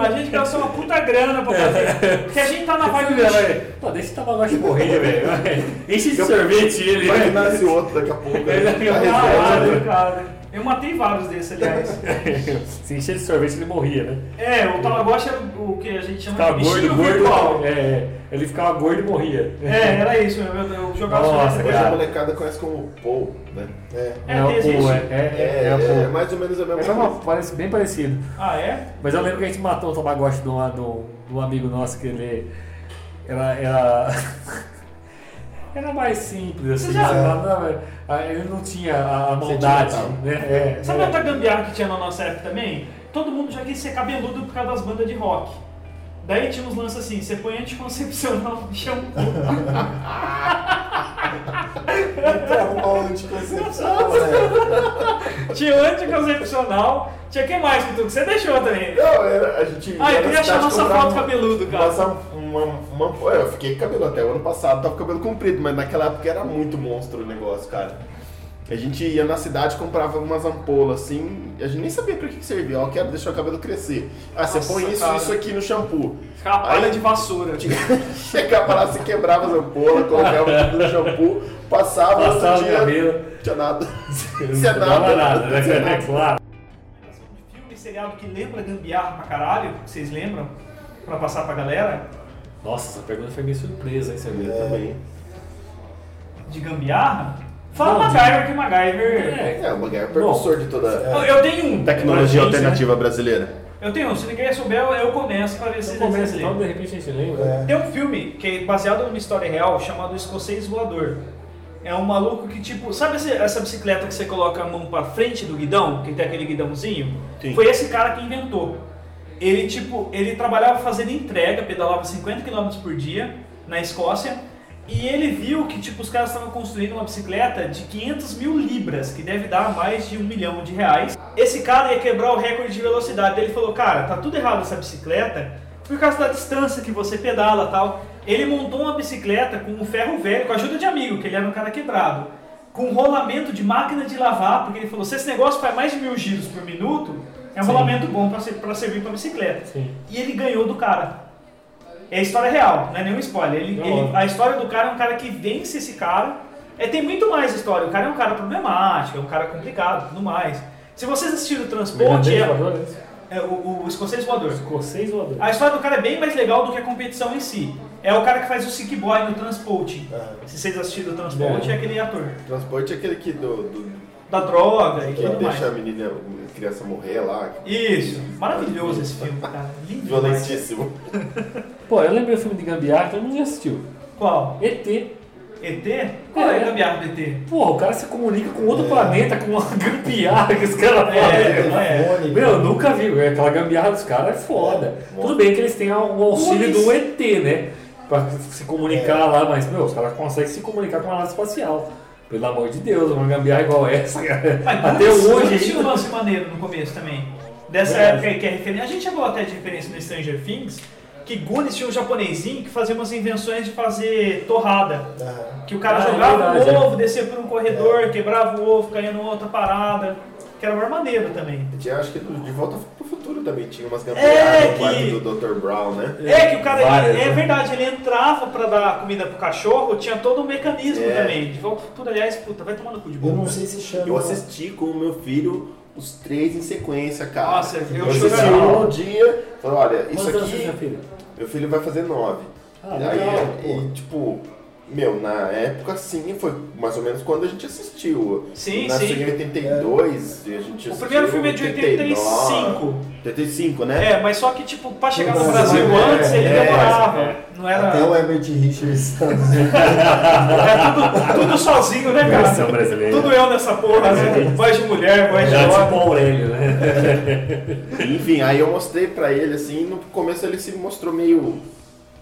B: A gente gastou uma puta grana pra
E: É.
B: fazer. Porque a gente tá na vibe do...
E: Pô, deixa um o Tamagotchi morrer, velho. Enche de sorvete ele.
C: Vai que nasce outro daqui a pouco.
E: Ele é
C: Tá
E: meu
C: reserva.
E: namorado.
B: Caralho, cara. Eu matei vários desses, aliás.
E: Se encher de sorvete, ele morria, né?
B: É, o Tamagotchi era o que a gente chama
E: Ficava
B: de
E: gordo,
B: bichinho
E: gordo.
B: virtual.
E: É, ele ficava gordo e morria.
B: É, era isso mesmo. Eu, eu jogava
E: Nossa,
B: só essa
C: Hoje a
E: cara.
B: coisa.
C: molecada conhece como Paul, né?
D: É.
B: É,
E: Não,
B: tem
E: pô,
B: gente.
E: é,
C: É,
E: é, é,
C: é,
E: pô.
C: mais ou menos a mesma
E: É
C: coisa.
E: mesmo, parece bem parecido.
B: Ah, é?
E: Mas eu lembro que a gente matou o Tamagotchi de, uma, de, um, de um amigo nosso que ele era. Era, era mais simples, assim.
B: Você já-
E: sabe? Não, não, ele não tinha a, a maldade.
C: Sentimental.
E: Né? É,
B: Sabe
E: é.
B: outra gambiarra que tinha na nossa época também? Todo mundo já quis ser cabeludo por causa das bandas de rock. Daí tinha uns lances assim, você põe anticoncepcional no shampoo.
D: Tem que arrumar um anticoncepcional, né?
B: tinha o anticoncepcional, tinha que mais que tu, que você deixou também.
C: Não, era, a gente.
B: Ah,
C: ia
B: eu
C: na
B: queria achar
C: cidade
B: nossa
C: comprar
B: foto
C: uma-
B: cabeludo, cara.
C: Nossa, um, uma, uma, pô, eu fiquei com cabelo até o ano passado, tava com cabelo comprido, mas naquela época era muito monstro o negócio, cara. A gente ia na cidade, comprava umas ampolas assim, a gente nem sabia pra que, que servia. Ó, quero deixar o cabelo crescer. Ah, você
B: Nossa,
C: põe isso
B: cara.
C: isso aqui no shampoo.
B: Rapalha
C: Aí-
B: de vassoura.
C: Chegava lá, se quebrava as ampolas, colocava tudo no shampoo, passava,
E: Passava
C: outro
E: o
C: dia.
E: cabelo.
C: Não tinha nada.
E: Não
C: Você é
E: dava
C: nada.
E: nada, né?
C: Você é nada.
E: É claro.
B: recomendação de um filme e seriado que lembra gambiarra pra caralho, que vocês lembram? Pra passar pra galera?
E: Nossa, essa pergunta foi meio surpresa, hein, É. Sérgio?
C: Eu também.
B: De gambiarra? Fala
E: Não,
B: MacGyver, que MacGyver...
C: É, o Maguire é o precursor de toda
B: Eu, eu tenho um.
C: a tecnologia
B: pra gente, né?
C: alternativa brasileira.
B: Eu tenho um, se ninguém souber, eu, eu começo pra ver se
E: Então
B: vocês
E: começa,
B: lembram.
E: então de repente a gente lembra.
B: Tem um filme que é baseado numa história real chamado Escocês Voador. É um maluco que, tipo, sabe esse- essa bicicleta que você coloca a mão pra frente do guidão, que tem aquele guidãozinho?
C: Sim.
B: Foi esse cara que inventou. Ele, tipo, ele trabalhava fazendo entrega, pedalava 50 km por dia na Escócia, e ele viu que, tipo, os caras estavam construindo uma bicicleta de 500 mil libras, que deve dar mais de um milhão de reais. Esse cara ia quebrar o recorde de velocidade. Ele falou, cara, tá tudo errado essa bicicleta, por causa da distância que você pedala tal. Ele montou uma bicicleta com um ferro velho, com a ajuda de amigo, que ele era um cara quebrado, com um rolamento de máquina de lavar, porque ele falou, se esse negócio faz mais de mil giros por minuto, é um
E: Sim.
B: rolamento bom pra ser- pra servir pra bicicleta.
E: Sim.
B: E ele ganhou do cara. É a história real, não é nenhum spoiler. Ele-
E: Não.
B: ele- a história do cara é um cara que vence esse cara. É, tem muito mais história. O cara é um cara problemático, é um cara complicado, tudo mais. Se vocês assistiram o Transporte,
E: Verdadeiro
B: é,
E: voador, né?
B: é o, o Escocês Voador.
E: Escocês voador.
B: A história do cara é bem mais legal do que a competição em si. É o cara que faz o Sick Boy no Transporte.
D: Ah.
C: É.
B: Se vocês assistiram o Transporte, é aquele ator.
C: Transporte é aquele que, do, do-
B: Da droga e
C: que
B: tudo mais.
C: deixa a menina, a criança morrer lá. que-
B: Isso. Maravilhoso esse filme, cara. Lindo. demais.
C: Violentíssimo.
E: Pô, eu lembrei o filme de Gambiarra, todo mundo já assistiu.
B: Qual?
E: ET.
B: ET? Qual é,
E: É.
B: o gambiarra do ET?
E: Porra, o cara se comunica com outro planeta, com uma gambiarra que os caras fazem.
B: É,
D: Telefone,
E: Meu, eu nunca vi. velho. Aquela gambiarra dos caras é foda. Tudo bem que eles têm o auxílio do ET, né? Pra se comunicar lá, mas, meu, os caras conseguem se comunicar com uma nave espacial. Pelo amor de Deus, uma gambiarra igual essa, cara.
B: Mas
E: Até
B: Guns,
E: hoje.
B: Guns tinha um
E: ainda-
B: lance maneiro no começo também. Dessa
E: Verdade.
B: época aí que é referência. A gente chegou até de referência no Stranger Things, que Gunis tinha um japonesinho que fazia umas invenções de fazer torrada.
D: Ah,
B: Que o cara
E: Ah, é
B: jogava
E: verdade,
B: um
E: é.
B: ovo, descia por um corredor, quebrava o ovo, caía numa outra parada. Que era mais maneiro também.
C: Tinha, acho que do- de volta pro futuro também tinha umas
B: É,
C: gambiarras no
B: que-
C: quarto do Dr. Brown, né?
B: É que o cara,
E: Várias,
B: é
E: né?
B: verdade, ele entrava pra dar comida pro cachorro, tinha todo um mecanismo
C: É.
B: também. De volta pro futuro, aliás, puta, vai tomar no cu de
D: Eu
B: bom.
D: não sei se chama.
C: Eu assisti com o meu filho os três em sequência, cara.
B: Nossa, eu
C: assisti
B: chorava.
C: um no dia, falei, olha, isso
E: Quantos anos você tinha,
C: aqui,
E: filho?
C: meu filho vai fazer nove.
E: Ah,
C: E
E: legal,
C: aí, e, tipo, meu, na época sim, foi mais ou menos quando a gente assistiu.
B: Sim,
C: Nasceu
B: sim.
C: em 82, e a gente
B: O
C: assistiu
B: primeiro filme é
C: em
B: de 85.
C: 85, né?
B: É, mas só que, tipo, pra chegar no
D: Não,
B: Brasil
D: é,
B: antes, ele
C: é,
B: demorava. Não
D: Até
B: era.
D: o Herbert Richards.
B: Era tudo, tudo sozinho, né,
C: é
E: Versão
B: cara?
E: brasileira.
B: Tudo eu nessa porra, né? Voz de
G: É,
B: mulher, voz de
E: Era tipo
B: homem.
E: o Aurélio, né?
B: É.
C: Enfim, aí eu mostrei pra ele, assim, no começo ele se mostrou meio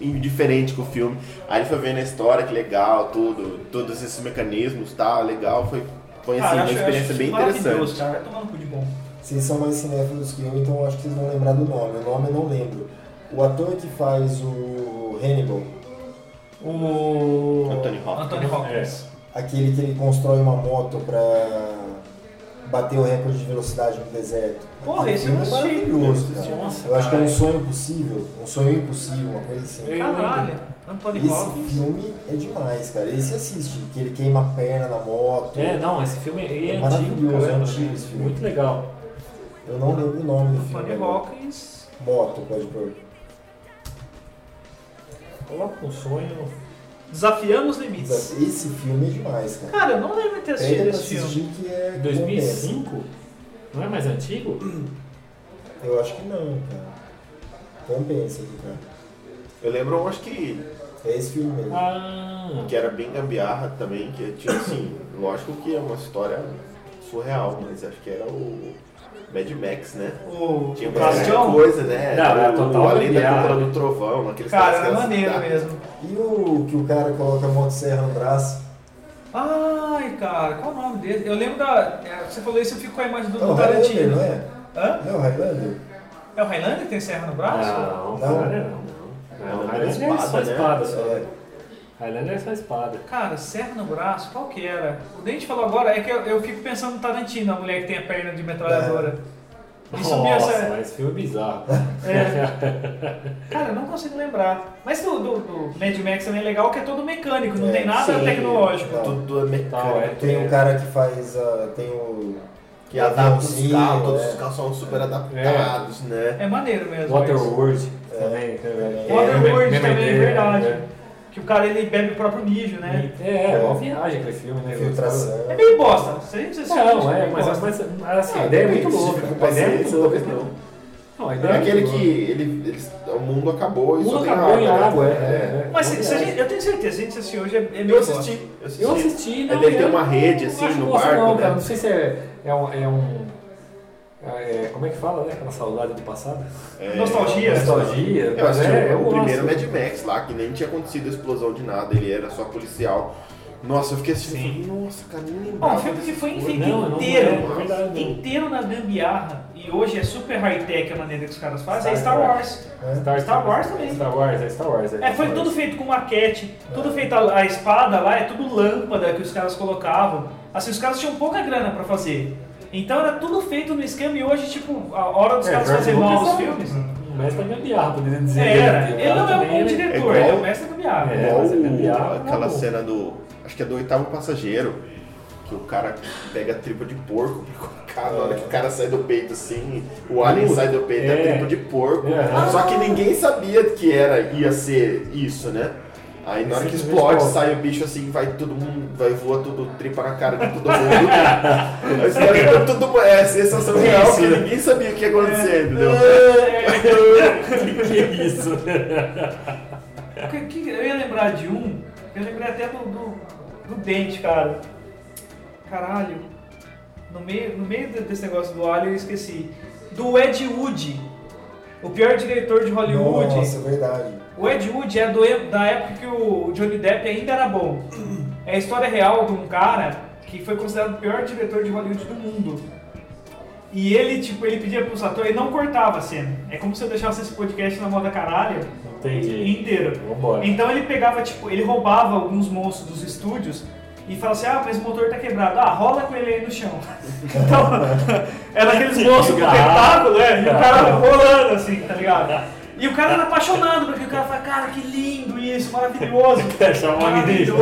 C: indiferente com o filme. Aí ele foi vendo a história, que legal, tudo, todos esses mecanismos, tá, legal, foi, foi assim,
B: Cara,
C: uma
B: acho-
C: experiência
B: acho
C: bem
B: maravilhoso,
C: interessante.
B: cara. Vai tomar no cu de bom.
D: Vocês são mais cinéfilos que eu, então acho que vocês vão lembrar do nome. O nome eu não lembro. O ator que faz o Hannibal,
B: O.
C: Anthony Hopkins. É.
B: Anthony Hopkins.
D: aquele que ele constrói uma moto pra bateu o recorde de velocidade no deserto.
B: Porra, esse eu
D: filme é
B: não assisti.
D: maravilhoso,
B: Esse
D: cara.
B: eu não assisti.
D: Eu acho que é um sonho possível, um sonho impossível, uma coisa assim.
B: Caralho, Anthony
D: Esse
B: Hopkins.
D: filme é demais, cara. Esse assiste, que ele queima a perna na moto.
G: É, não, esse filme é,
D: É
G: antigo,
D: maravilhoso,
G: cara,
D: é antigo esse filme.
G: Muito legal.
D: Eu não lembro o nome do filme.
B: Anthony
D: agora.
B: Hopkins.
D: Moto, pode pôr.
G: Coloca um sonho.
B: Desafiando os limites.
D: Esse filme é demais, cara.
B: Cara, eu não lembro de ter assistido
D: Pega pra
B: esse filme.
D: assistir que é.
G: 2005? Não é mais antigo?
D: compensa. Eu acho que não, cara. Compensa aqui, cara.
C: Eu lembro, eu acho que,
D: É esse filme mesmo.
G: Ah,
C: que era bem gambiarra também, que tinha assim, lógico que é uma história surreal, mas acho que era o Mad Max, né?
B: O,
C: Tinha
B: o
C: bastante
B: Bastião.
C: coisa, né?
G: Não, era
C: o,
G: total
C: além da
G: gambiarra.
C: Cúpula do Trovão, aqueles
B: Cara,
C: caras
B: é
C: que-
B: maneiro
C: tá.
B: mesmo.
D: E o que o cara coloca a motosserra no braço?
B: Ai, cara, qual o nome dele? Eu lembro da. é, Você falou isso, eu fico com a imagem do,
D: É o
B: do
D: Highlander,
B: Tarantino.
D: não é?
B: Hã?
D: É o Highlander?
B: É o Highlander que tem serra no braço?
G: não,
D: Não.
G: Highlander não. Não,
C: Não,
G: Highlander
C: mas
G: é só
C: espada, né?
G: espada só.
D: É.
G: Highlander é só espada.
B: Cara, serra no braço, qual que era? O Dente falou agora, é que eu, eu fico pensando no Tarantino, a mulher que tem a perna de metralhadora. Isso mesmo,
G: Nossa,
B: é.
G: mas esse filme é bizarro. É.
B: Cara, eu não consigo lembrar. Mas do, do, do Mad Max também é legal que é todo mecânico, não
D: É,
B: tem nada
D: sim.
B: tecnológico.
D: Não.
C: Tudo é
G: Tal,
C: metal,
G: é.
D: Tem o cara que faz a. Tem o.
C: que adapta os
D: Aviãozinho,
C: carros, todos
D: é.
C: os carros são super adaptados, né?
B: É maneiro mesmo. isso.
G: Waterworld também.
D: é.
B: Waterworld
G: mesma
B: também, é
G: ideia,
B: verdade. Que o cara ele bebe o próprio mijo, né?
G: né? É, é, é uma viagem aquele filme, né?
D: Infiltração.
B: É meio bosta, você não sei se
G: Não, é,
B: meio
G: mas,
B: bosta.
G: mas, mas assim,
C: Ah,
G: a ideia é muito louca.
C: Se
G: A ideia é
C: paciência,
G: muito louca.
C: talvez não.
G: Não, a ideia
C: É
G: é
C: aquele
G: muito
C: que ele, eles- o mundo acabou e
G: louca. O
C: só
G: mundo
C: tem
G: acabou em
C: né?
G: água, é. é, é.
B: Mas se-
G: Uma
B: se a
G: viagem.
B: gente- eu tenho certeza, se a gente assistir hoje é, é meio
C: Eu
B: bosta.
C: assisti, eu assisti.
G: Eu assisti, não.
C: Aí deve
G: eu
C: ter uma rede,
G: não
C: assim,
G: acho
C: no
G: bosta,
C: barco,
G: Não,
C: né?
G: cara, não sei se é, é um. É um é, como é que fala, né? Aquela saudade do passado.
C: É,
B: Nostalgia. né?
G: Nostalgia.
C: Eu
B: É,
C: assisti
G: né?
C: o,
B: um
G: eu
C: o primeiro
G: gosto.
C: Mad Max lá, que nem tinha acontecido a explosão de nada, ele era só policial. Nossa, eu fiquei assistindo, falei, nossa, cara, nem lembrava.
B: Bom, um filme que foi
C: dessas
B: enfim,
G: Não, eu não
B: inteiro,
G: lembro, é verdade, não.
B: inteiro na gambiarra, e hoje é super high-tech a maneira que os caras fazem, é Star Wars. Star Wars também.
G: Star Wars, é Star Wars.
B: É, foi
G: Star
B: tudo
G: Wars.
B: feito com maquete, tudo feito a, a espada lá, é tudo lâmpada que os caras colocavam. Assim, os caras tinham pouca grana pra fazer. Então era tudo feito no esquema e hoje, tipo, a hora dos
G: É,
B: caras
G: George
B: fazerem
G: Lucas
B: novos
G: é um-
B: filmes.
G: O mestre da gambiarra, poderia dizer.
B: É, era.
G: né?
B: Ele não é um bom
G: Também, né?
B: diretor,
C: é
B: ele é o
C: igual-
B: mestre do biago.
G: É, mas é gambiarra,
C: Ou aquela
G: não.
C: cena do. Acho que é do oitavo passageiro. Que o cara pega a tripa de porco pra colocar. Na hora que o cara sai do peito assim, o alien sai do peito, é,
G: é.
C: tripa de porco.
G: É.
C: Só que ninguém sabia que era, ia ser isso, né? Aí na hora que explode,
G: Simplesmente
C: sai o bicho assim, vai todo mundo, vai voar tudo, tripa na cara de todo mundo. Aí os caras ficam tudo. É sensação real, que ninguém sabia o que ia
G: É.
C: acontecer, entendeu?
G: Que isso?
B: Que- que- eu ia lembrar de um, eu lembrei até do, do, do dente, cara. Caralho. No meio, no meio de- desse negócio do Alien eu esqueci. Do Ed Wood. O pior diretor de Hollywood.
D: Nossa, é verdade.
B: O Ed Wood é do e- da época que o Johnny Depp ainda era bom. É a história real de um cara que foi considerado o pior diretor de Hollywood do mundo. E ele, tipo, ele pedia pros atores, ele não cortava a cena. É como se eu deixasse esse podcast na moda caralho
G: Entendi.
B: inteiro.
G: Vambora.
B: Então ele pegava, tipo, ele roubava alguns monstros dos estúdios e falava assim, ah, mas o motor tá quebrado. Ah, rola com ele aí no chão. Então, era aqueles monstros com tentáculo, né? E o cara rolando assim, tá ligado? E o cara era apaixonado, porque o cara fala, cara, que lindo isso, maravilhoso.
G: Achava uma menina.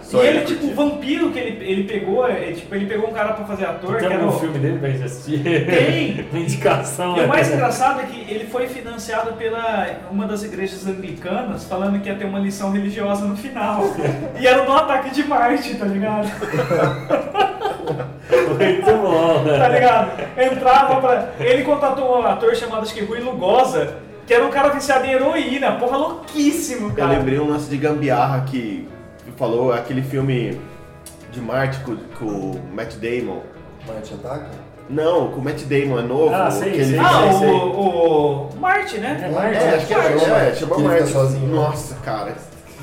C: Só
B: e ele,
C: ele
B: tipo, o vampiro que ele, ele pegou, é, tipo, ele pegou um cara pra fazer ator, que
G: Tem
B: era
E: um
G: algum
B: o-
G: filme dele pra gente assistir?
B: Tem.
G: Uma indicação.
B: E o mais
G: né?
B: engraçado é que ele foi financiado pela uma das igrejas anglicanas, falando que ia ter uma lição religiosa no final. E era do ataque de Marte, tá ligado?
G: Muito bom, né?
B: Tá ligado? Entrava pra. Ele contratou um ator chamado acho que Rui Lugosa, que era um cara viciado em heroína, porra louquíssimo,
C: Eu
B: cara.
C: lembrei um lance de gambiarra que falou aquele filme de Marte com, com o Matt Damon.
D: Marte ataca?
C: Não, com o Matt Damon é novo.
G: Ah, sei,
C: aquele-
G: sei,
B: Ah,
C: sei, sei.
B: o, o Marte,
G: É,
B: né?
G: Marcos,
C: É, acho que
D: Marte,
C: era,
D: né?
C: é, chama
D: Que ele
C: Marte.
D: fica sozinho, né?
C: Nossa, cara,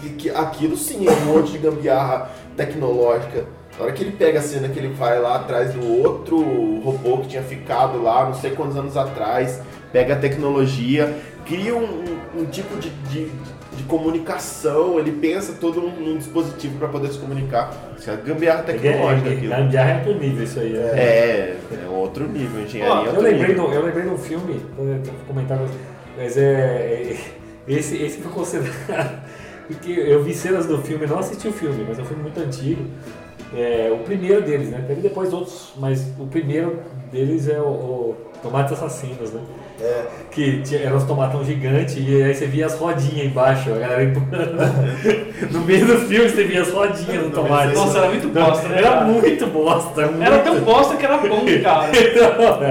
C: que- que- aquilo sim é um monte de gambiarra tecnológica. Na hora que ele pega a cena que ele vai lá atrás do outro robô que tinha ficado lá não sei quantos anos atrás, pega a tecnologia, cria um, um- um tipo de, de- de comunicação, ele pensa todo um, um dispositivo para poder se comunicar. Isso é gambiarra
G: É,
C: tecnológica
G: é, é,
C: aquilo.
G: gambiarra é outro nível isso aí. né?
C: É, é outro nível, engenharia
E: Ó,
C: é
E: eu,
C: outro
E: lembrei
C: nível.
E: do, eu lembrei de um filme, eu comentava, mas é. é- Esse, esse foi considerado. Porque eu vi cenas do filme, não assisti o filme, mas é um filme muito antigo. É, o primeiro deles, né? Teve depois outros, mas o primeiro deles é o, o Tomates Assassinos, né? Que tinha, era uns tomatão gigante e aí você via as rodinhas embaixo, a galera empurrando. No meio do filme você via as rodinhas do tomate.
B: Nossa, era muito
E: Não,
B: bosta, né?
E: Era
B: cara?
E: muito bosta. Muito.
B: Era tão bosta que era bom, cara.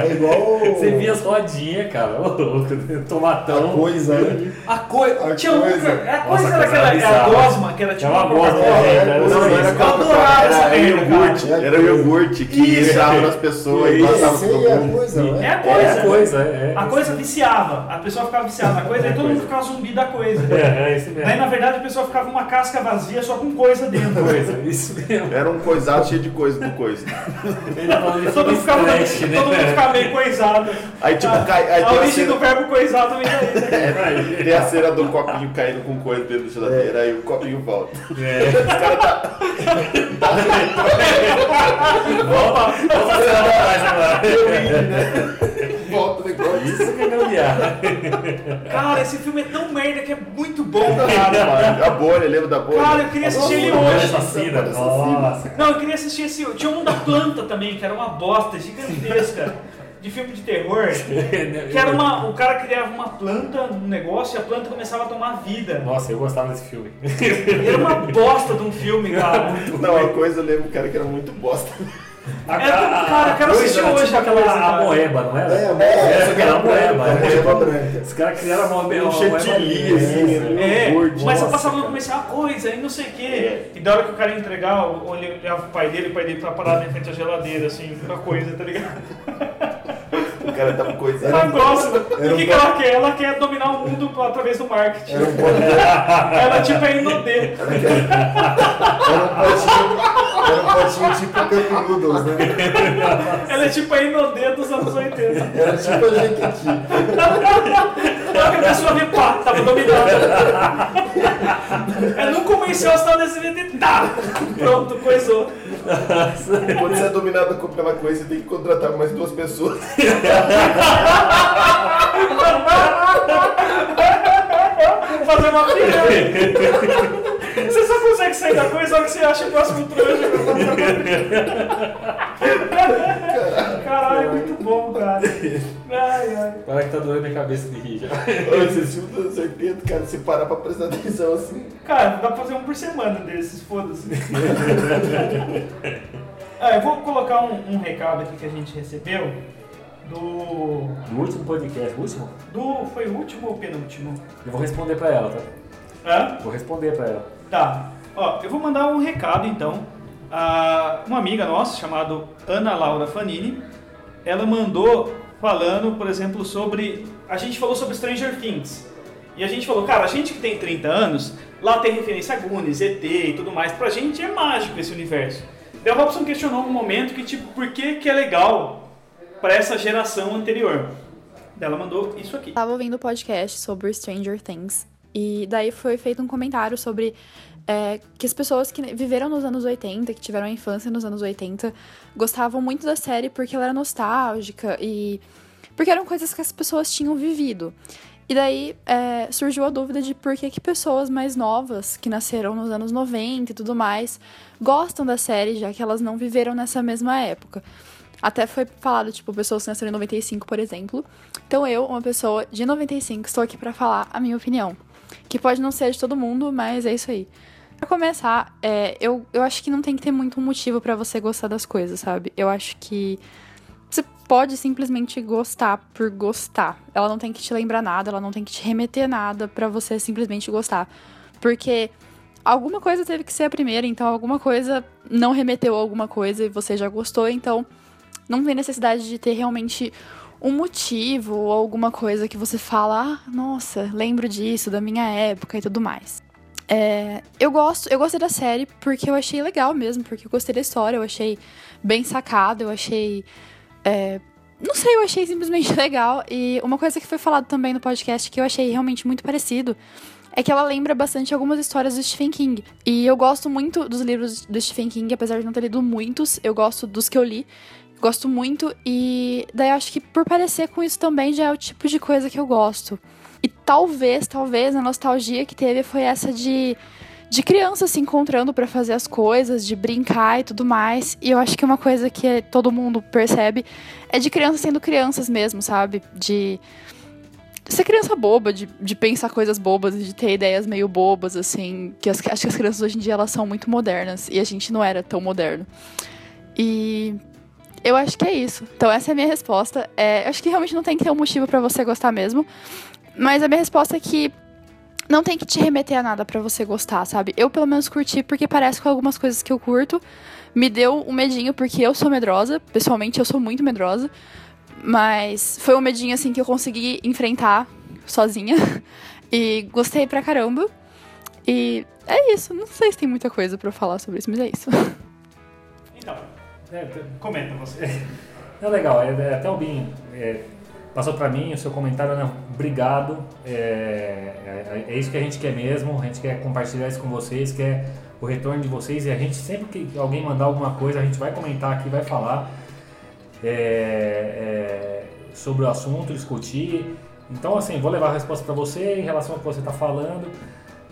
D: É igual o-
G: Você via as rodinhas, cara. Ô, louco,
D: a
G: tomatão.
D: coisa, né?
B: A coisa.
D: A
B: Tinha um.
D: coisa.
B: A coisa
G: Nossa,
B: era
G: coisa
B: aquela. Era a
G: bizarra.
B: gosma, que era tipo.
G: Era uma bosta,
B: Coca-Cola.
G: né?
D: era
G: Era
D: coisa.
G: não,
C: era
G: era-
B: Eu adorava essa
C: Era
B: merda,
C: iogurte,
D: cara.
C: era iogurte que
B: Isso.
C: entrava nas pessoas e
D: Isso
C: passava todo
D: aí é a
C: mundo.
D: coisa,
B: É
D: né?
B: a
G: É a
B: coisa.
G: coisa, é.
B: A coisa viciava. A pessoa ficava viciada na coisa e todo mundo ficava zumbi da coisa.
G: É, é isso mesmo.
B: Daí, na verdade, a pessoa ficava uma casca vazia só com coisa dentro.
G: coisa, É isso mesmo.
C: Era um coisado cheio de coisa do coisa.
G: Ele falou de
B: Todo mundo ficava,
G: flash, né?
B: todo mundo ficava meio coisado.
C: Aí tipo, cai, aí
B: Ah, a
C: tem a
B: origem
C: cena- É.
B: do verbo coisado vem daí. né?
G: Aí,
C: Tem a cena do copinho caindo com coisa dentro da geladeira, aí o copinho volta.
G: É. Opa, opa, você não faz agora.
C: Volta o negócio.
G: Isso que é gambiarra.
B: Cara, esse filme é tão merda que é muito bom,
C: Cara,
B: cara.
C: mano, a bolha, lembra da bolha?
B: Cara, eu queria assistir ele hoje.
G: Assassina, nossa.
B: Não, eu queria assistir esse. Tinha um da planta também, que era uma bosta gigantesca. De filme de terror. Que era uma. O cara criava uma planta num negócio e a planta começava a tomar vida.
G: Nossa, eu gostava desse filme.
B: Era uma bosta de um filme, cara.
C: Não, a coisa eu lembro, cara, que era muito bosta.
G: A,
B: Era tão- cara, eu quero assistir
G: era
B: hoje
G: tipo
B: aquela-
G: aquela amoeba, não era?
D: É, a moeba.
G: Essa que era a moeba.
D: A
G: né?
D: moeba É branca.
G: Os caras criaram uma amoeba.
C: Um chantilly, assim, né?
B: É, mas
C: Gordo.
G: um
B: eu
G: Nossa,
B: passava um no
G: cara.
B: começar uma coisa e não sei o quê.
C: É.
B: E da hora que o cara ia entregar, eu olhava o pai dele, o pai dele tava parado em frente à geladeira, assim, com a coisa, tá ligado?
C: O cara tava coisado.
B: Ela gosta.
D: era
B: o que,
D: um
B: que ela quer? Ela quer dominar o mundo através do marketing.
D: Era um potinho,
B: Ela tipo é inodê.
D: era um potinho, era um potinho tipo Cup Noodles, né?
B: Ela é tipo a inodê dos anos 80.
D: Era tipo a Jequiti.
B: Ela que a pessoa vê, pá, tava dominada. É num comercial, você tá nesse evento e tá. Pronto, coisou.
C: Quando você é dominado com- pela coisa, você tem que contratar mais duas pessoas.
B: Fazer uma pilha. Você só consegue sair da coisa na hora que você acha o próximo troja. Caralho, é muito bom, cara. Ai, ai.
G: Para que tá doendo minha cabeça de rir já.
C: Esse filme do serpento, cara, se parar pra prestar atenção assim.
B: Cara, dá pra fazer um por semana desses, foda-se. Ah, eu vou colocar um, um recado aqui que a gente recebeu do.
G: No último podcast, no último?
B: do. Foi o último ou penúltimo?
G: Eu vou responder pra ela, tá?
B: Hã?
G: Vou responder pra ela.
B: Tá. Ó, eu vou mandar um recado então. A uma amiga nossa chamada Ana Laura Fanini, ela mandou falando, por exemplo, sobre a gente falou sobre Stranger Things. E a gente falou, cara, a gente que tem 30 anos, lá tem referência a Goonies, ET e tudo mais, pra gente é mágico esse universo. Daí o Robson questionou um momento que tipo, por que que é legal pra essa geração anterior? Daí Ela mandou isso aqui.
H: Tava ouvindo o podcast sobre Stranger Things e daí foi feito um comentário sobre é, que as pessoas que viveram nos anos 80, que tiveram a infância nos anos 80, gostavam muito da série porque ela era nostálgica e porque eram coisas que as pessoas tinham vivido. E daí é, surgiu a dúvida de por que, que pessoas mais novas, que nasceram nos anos 90 e tudo mais, gostam da série, já que elas não viveram nessa mesma época. Até foi falado, tipo, pessoas que nasceram em 95, por exemplo. Então eu, uma pessoa de 95, estou aqui para falar a minha opinião. Que pode não ser de todo mundo, mas é isso aí. Pra começar, é, eu, eu acho que não tem que ter muito um motivo pra você gostar das coisas, sabe? Eu acho que você pode simplesmente gostar por gostar. Ela não tem que te lembrar nada, ela não tem que te remeter nada pra você simplesmente gostar. Porque alguma coisa teve que ser a primeira, então alguma coisa não remeteu a alguma coisa e você já gostou, então não tem necessidade de ter realmente um motivo ou alguma coisa que você fala, ah, nossa, lembro disso, da minha época e tudo mais. É, eu gosto, eu gostei da série porque eu achei legal mesmo, porque eu gostei da história, eu achei bem sacado, eu achei é, Não sei, eu achei simplesmente legal. E uma coisa que foi falado também no podcast que eu achei realmente muito parecido é que ela lembra bastante algumas histórias do Stephen King. E eu gosto muito dos livros do Stephen King, apesar de não ter lido muitos, eu gosto dos que eu li. Gosto muito, e daí eu acho que por parecer com isso também já é o tipo de coisa que eu gosto. E talvez, talvez a nostalgia que teve foi essa de, de criança se encontrando pra fazer as coisas, de brincar e tudo mais. E eu acho que uma coisa que todo mundo percebe é de crianças sendo crianças mesmo, sabe? De ser criança boba, de, de pensar coisas bobas, e de ter ideias meio bobas, assim, que as- acho que as crianças hoje em dia elas são muito modernas e a gente não era tão moderno. E eu acho que é isso. Então essa é a minha resposta. É, eu acho que realmente não tem que ter um motivo pra você gostar mesmo, mas a minha resposta é que não tem que te remeter a nada pra você gostar, sabe? Eu pelo menos curti porque parece com algumas coisas que eu curto. Me deu um medinho porque eu sou medrosa, pessoalmente eu sou muito medrosa. Mas foi um medinho assim que eu consegui enfrentar sozinha. E gostei pra caramba. E é isso. Não sei se tem muita coisa pra eu falar sobre isso, mas é isso.
B: Então,
E: É, t-
B: comenta você.
E: é legal, é, é, até o Binho é, passou pra mim o seu comentário, né? Obrigado. É, é, é isso que a gente quer mesmo, a gente quer compartilhar isso com vocês, quer o retorno de vocês e a gente sempre que alguém mandar alguma coisa, a gente vai comentar aqui, vai falar é, é, sobre o assunto, discutir. Então, assim, vou levar a resposta pra você em relação ao que você tá falando.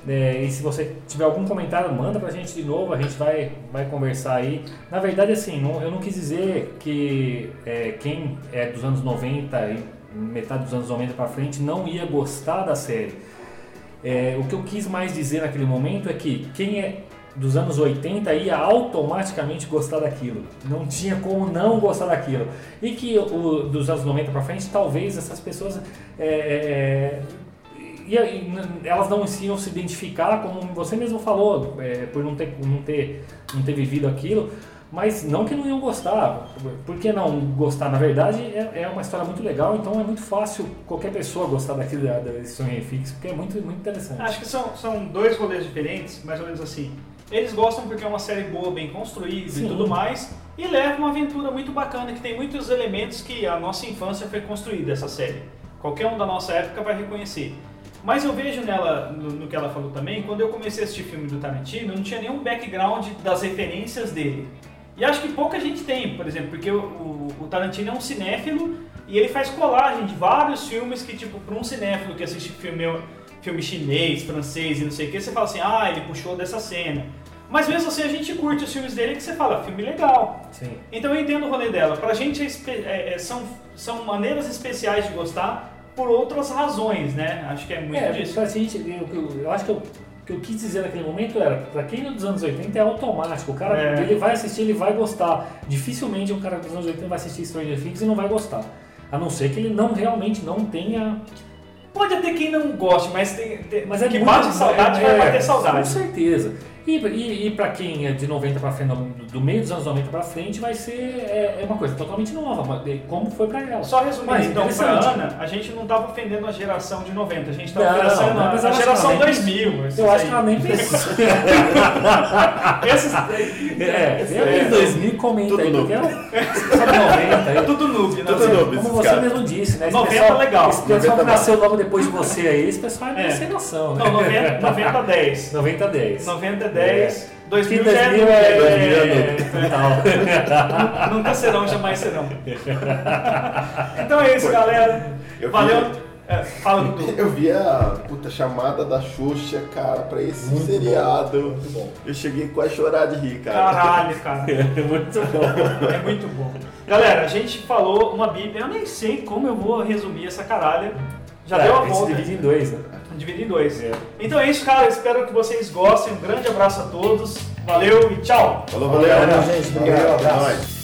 E: É, e se você tiver algum comentário, manda pra gente de novo, a gente vai, vai conversar aí. Na verdade, assim, não- eu não quis dizer que é, quem é dos anos 90 e metade dos anos 90 pra frente não ia gostar da série. É, o que eu quis mais dizer naquele momento é que quem é dos anos 80 ia automaticamente gostar daquilo. Não tinha como não gostar daquilo. E que o, dos anos 90 pra frente, talvez essas pessoas é, é, e aí, n- elas não iam se identificar, como você mesmo falou, é, por não ter, não, ter, não ter vivido aquilo, mas não que não iam gostar. Por que não gostar? Na verdade, é, é uma história muito legal, então é muito fácil qualquer pessoa gostar daquilo da, da Stranger Things, porque é muito, muito interessante.
B: Acho que são, são dois rolês diferentes, mais ou menos assim. Eles gostam porque é uma série boa, bem construída e
E: Sim.
B: tudo mais, e leva uma aventura muito bacana, que tem muitos elementos que a nossa infância foi construída, essa série. Qualquer um da nossa época vai reconhecer. Mas eu vejo nela, no, no que ela falou também, quando eu comecei a assistir filme do Tarantino, eu não tinha nenhum background das referências dele. E acho que pouca gente tem, por exemplo, porque o, o- o Tarantino é um cinéfilo e ele faz colagem de vários filmes que, tipo, para um cinéfilo que assiste filme, filme chinês, francês e não sei o que, você fala assim, ah, ele puxou dessa cena. Mas mesmo assim a gente curte os filmes dele que você fala, filme legal.
E: Sim.
B: Então eu entendo o rolê dela. Pra gente é espe- é- é- são, são maneiras especiais de gostar por outras razões, né? Acho que é muito
E: É,
B: disso.
E: pra gente, eu, eu, eu acho que eu, o que eu quis dizer naquele momento era, pra quem é dos anos 80 é automático, o cara
B: É.
E: ele vai assistir, ele vai gostar. Dificilmente um cara dos anos 80 vai assistir Stranger Things e não vai gostar. A não ser que ele não realmente não tenha.
B: Pode até quem não goste, mas tem, tem-
E: então- Mas é
B: que
E: muito-
B: bate saudade
E: é,
B: vai
E: é,
B: bater saudade.
E: Com certeza. E, e, e pra quem é de 90 pra frente, do- do meio dos anos 90 pra frente, vai ser é, é uma coisa totalmente nova, mas- como foi pra ela.
B: Só resumindo
E: Mas
B: então pra
E: interessante.
B: Ana, a gente não tava ofendendo a geração de 90, a gente tava
E: Não,
B: ofendendo
E: não,
B: a-
E: mas
B: a
E: eu acho
B: geração
E: que ela nem-
B: 2000. esses
E: Eu acho
B: aí.
E: que ela nem pensou.
B: Esses-
E: É, eu em 2000 comenta
C: Tudo
E: aí,
C: novo.
E: porque eu só de 90.
B: é
E: Eu,
B: tudo noob, né?
C: Tudo
B: Assim,
C: noob.
E: como
C: esses
E: você
C: caras.
E: mesmo disse, né? Esse
B: 90
E: pessoal,
B: legal.
E: Esse pessoal
C: 90
E: que nasceu logo depois de você aí, esse pessoal é meio
B: É.
E: sem noção, né?
B: Não, 90, 90 10.
E: 90 10.
B: 90 10.
E: Que
B: 2000 já
E: 2000 é,
B: é-
E: é, total.
B: Nunca serão, jamais serão. então é isso, galera.
C: Eu
B: Valeu. É, fala do.
C: Eu vi a puta chamada da Xuxa, cara, pra esse seriado. Eu cheguei quase a chorar de rir, cara.
B: Caralho, cara.
E: Muito bom.
B: É muito bom. Galera, a gente falou uma bíblia. Eu nem sei como eu vou resumir essa caralha. Já
E: Cara,
B: deu a
E: a gente
B: volta.
E: divide É, em dois, né?
B: Dividir em dois. Então é isso, cara. Eu espero que vocês gostem. Um grande abraço a todos. Valeu e tchau!
C: Falou, valeu. né?
D: Valeu, gente. Obrigado.
C: É nóis.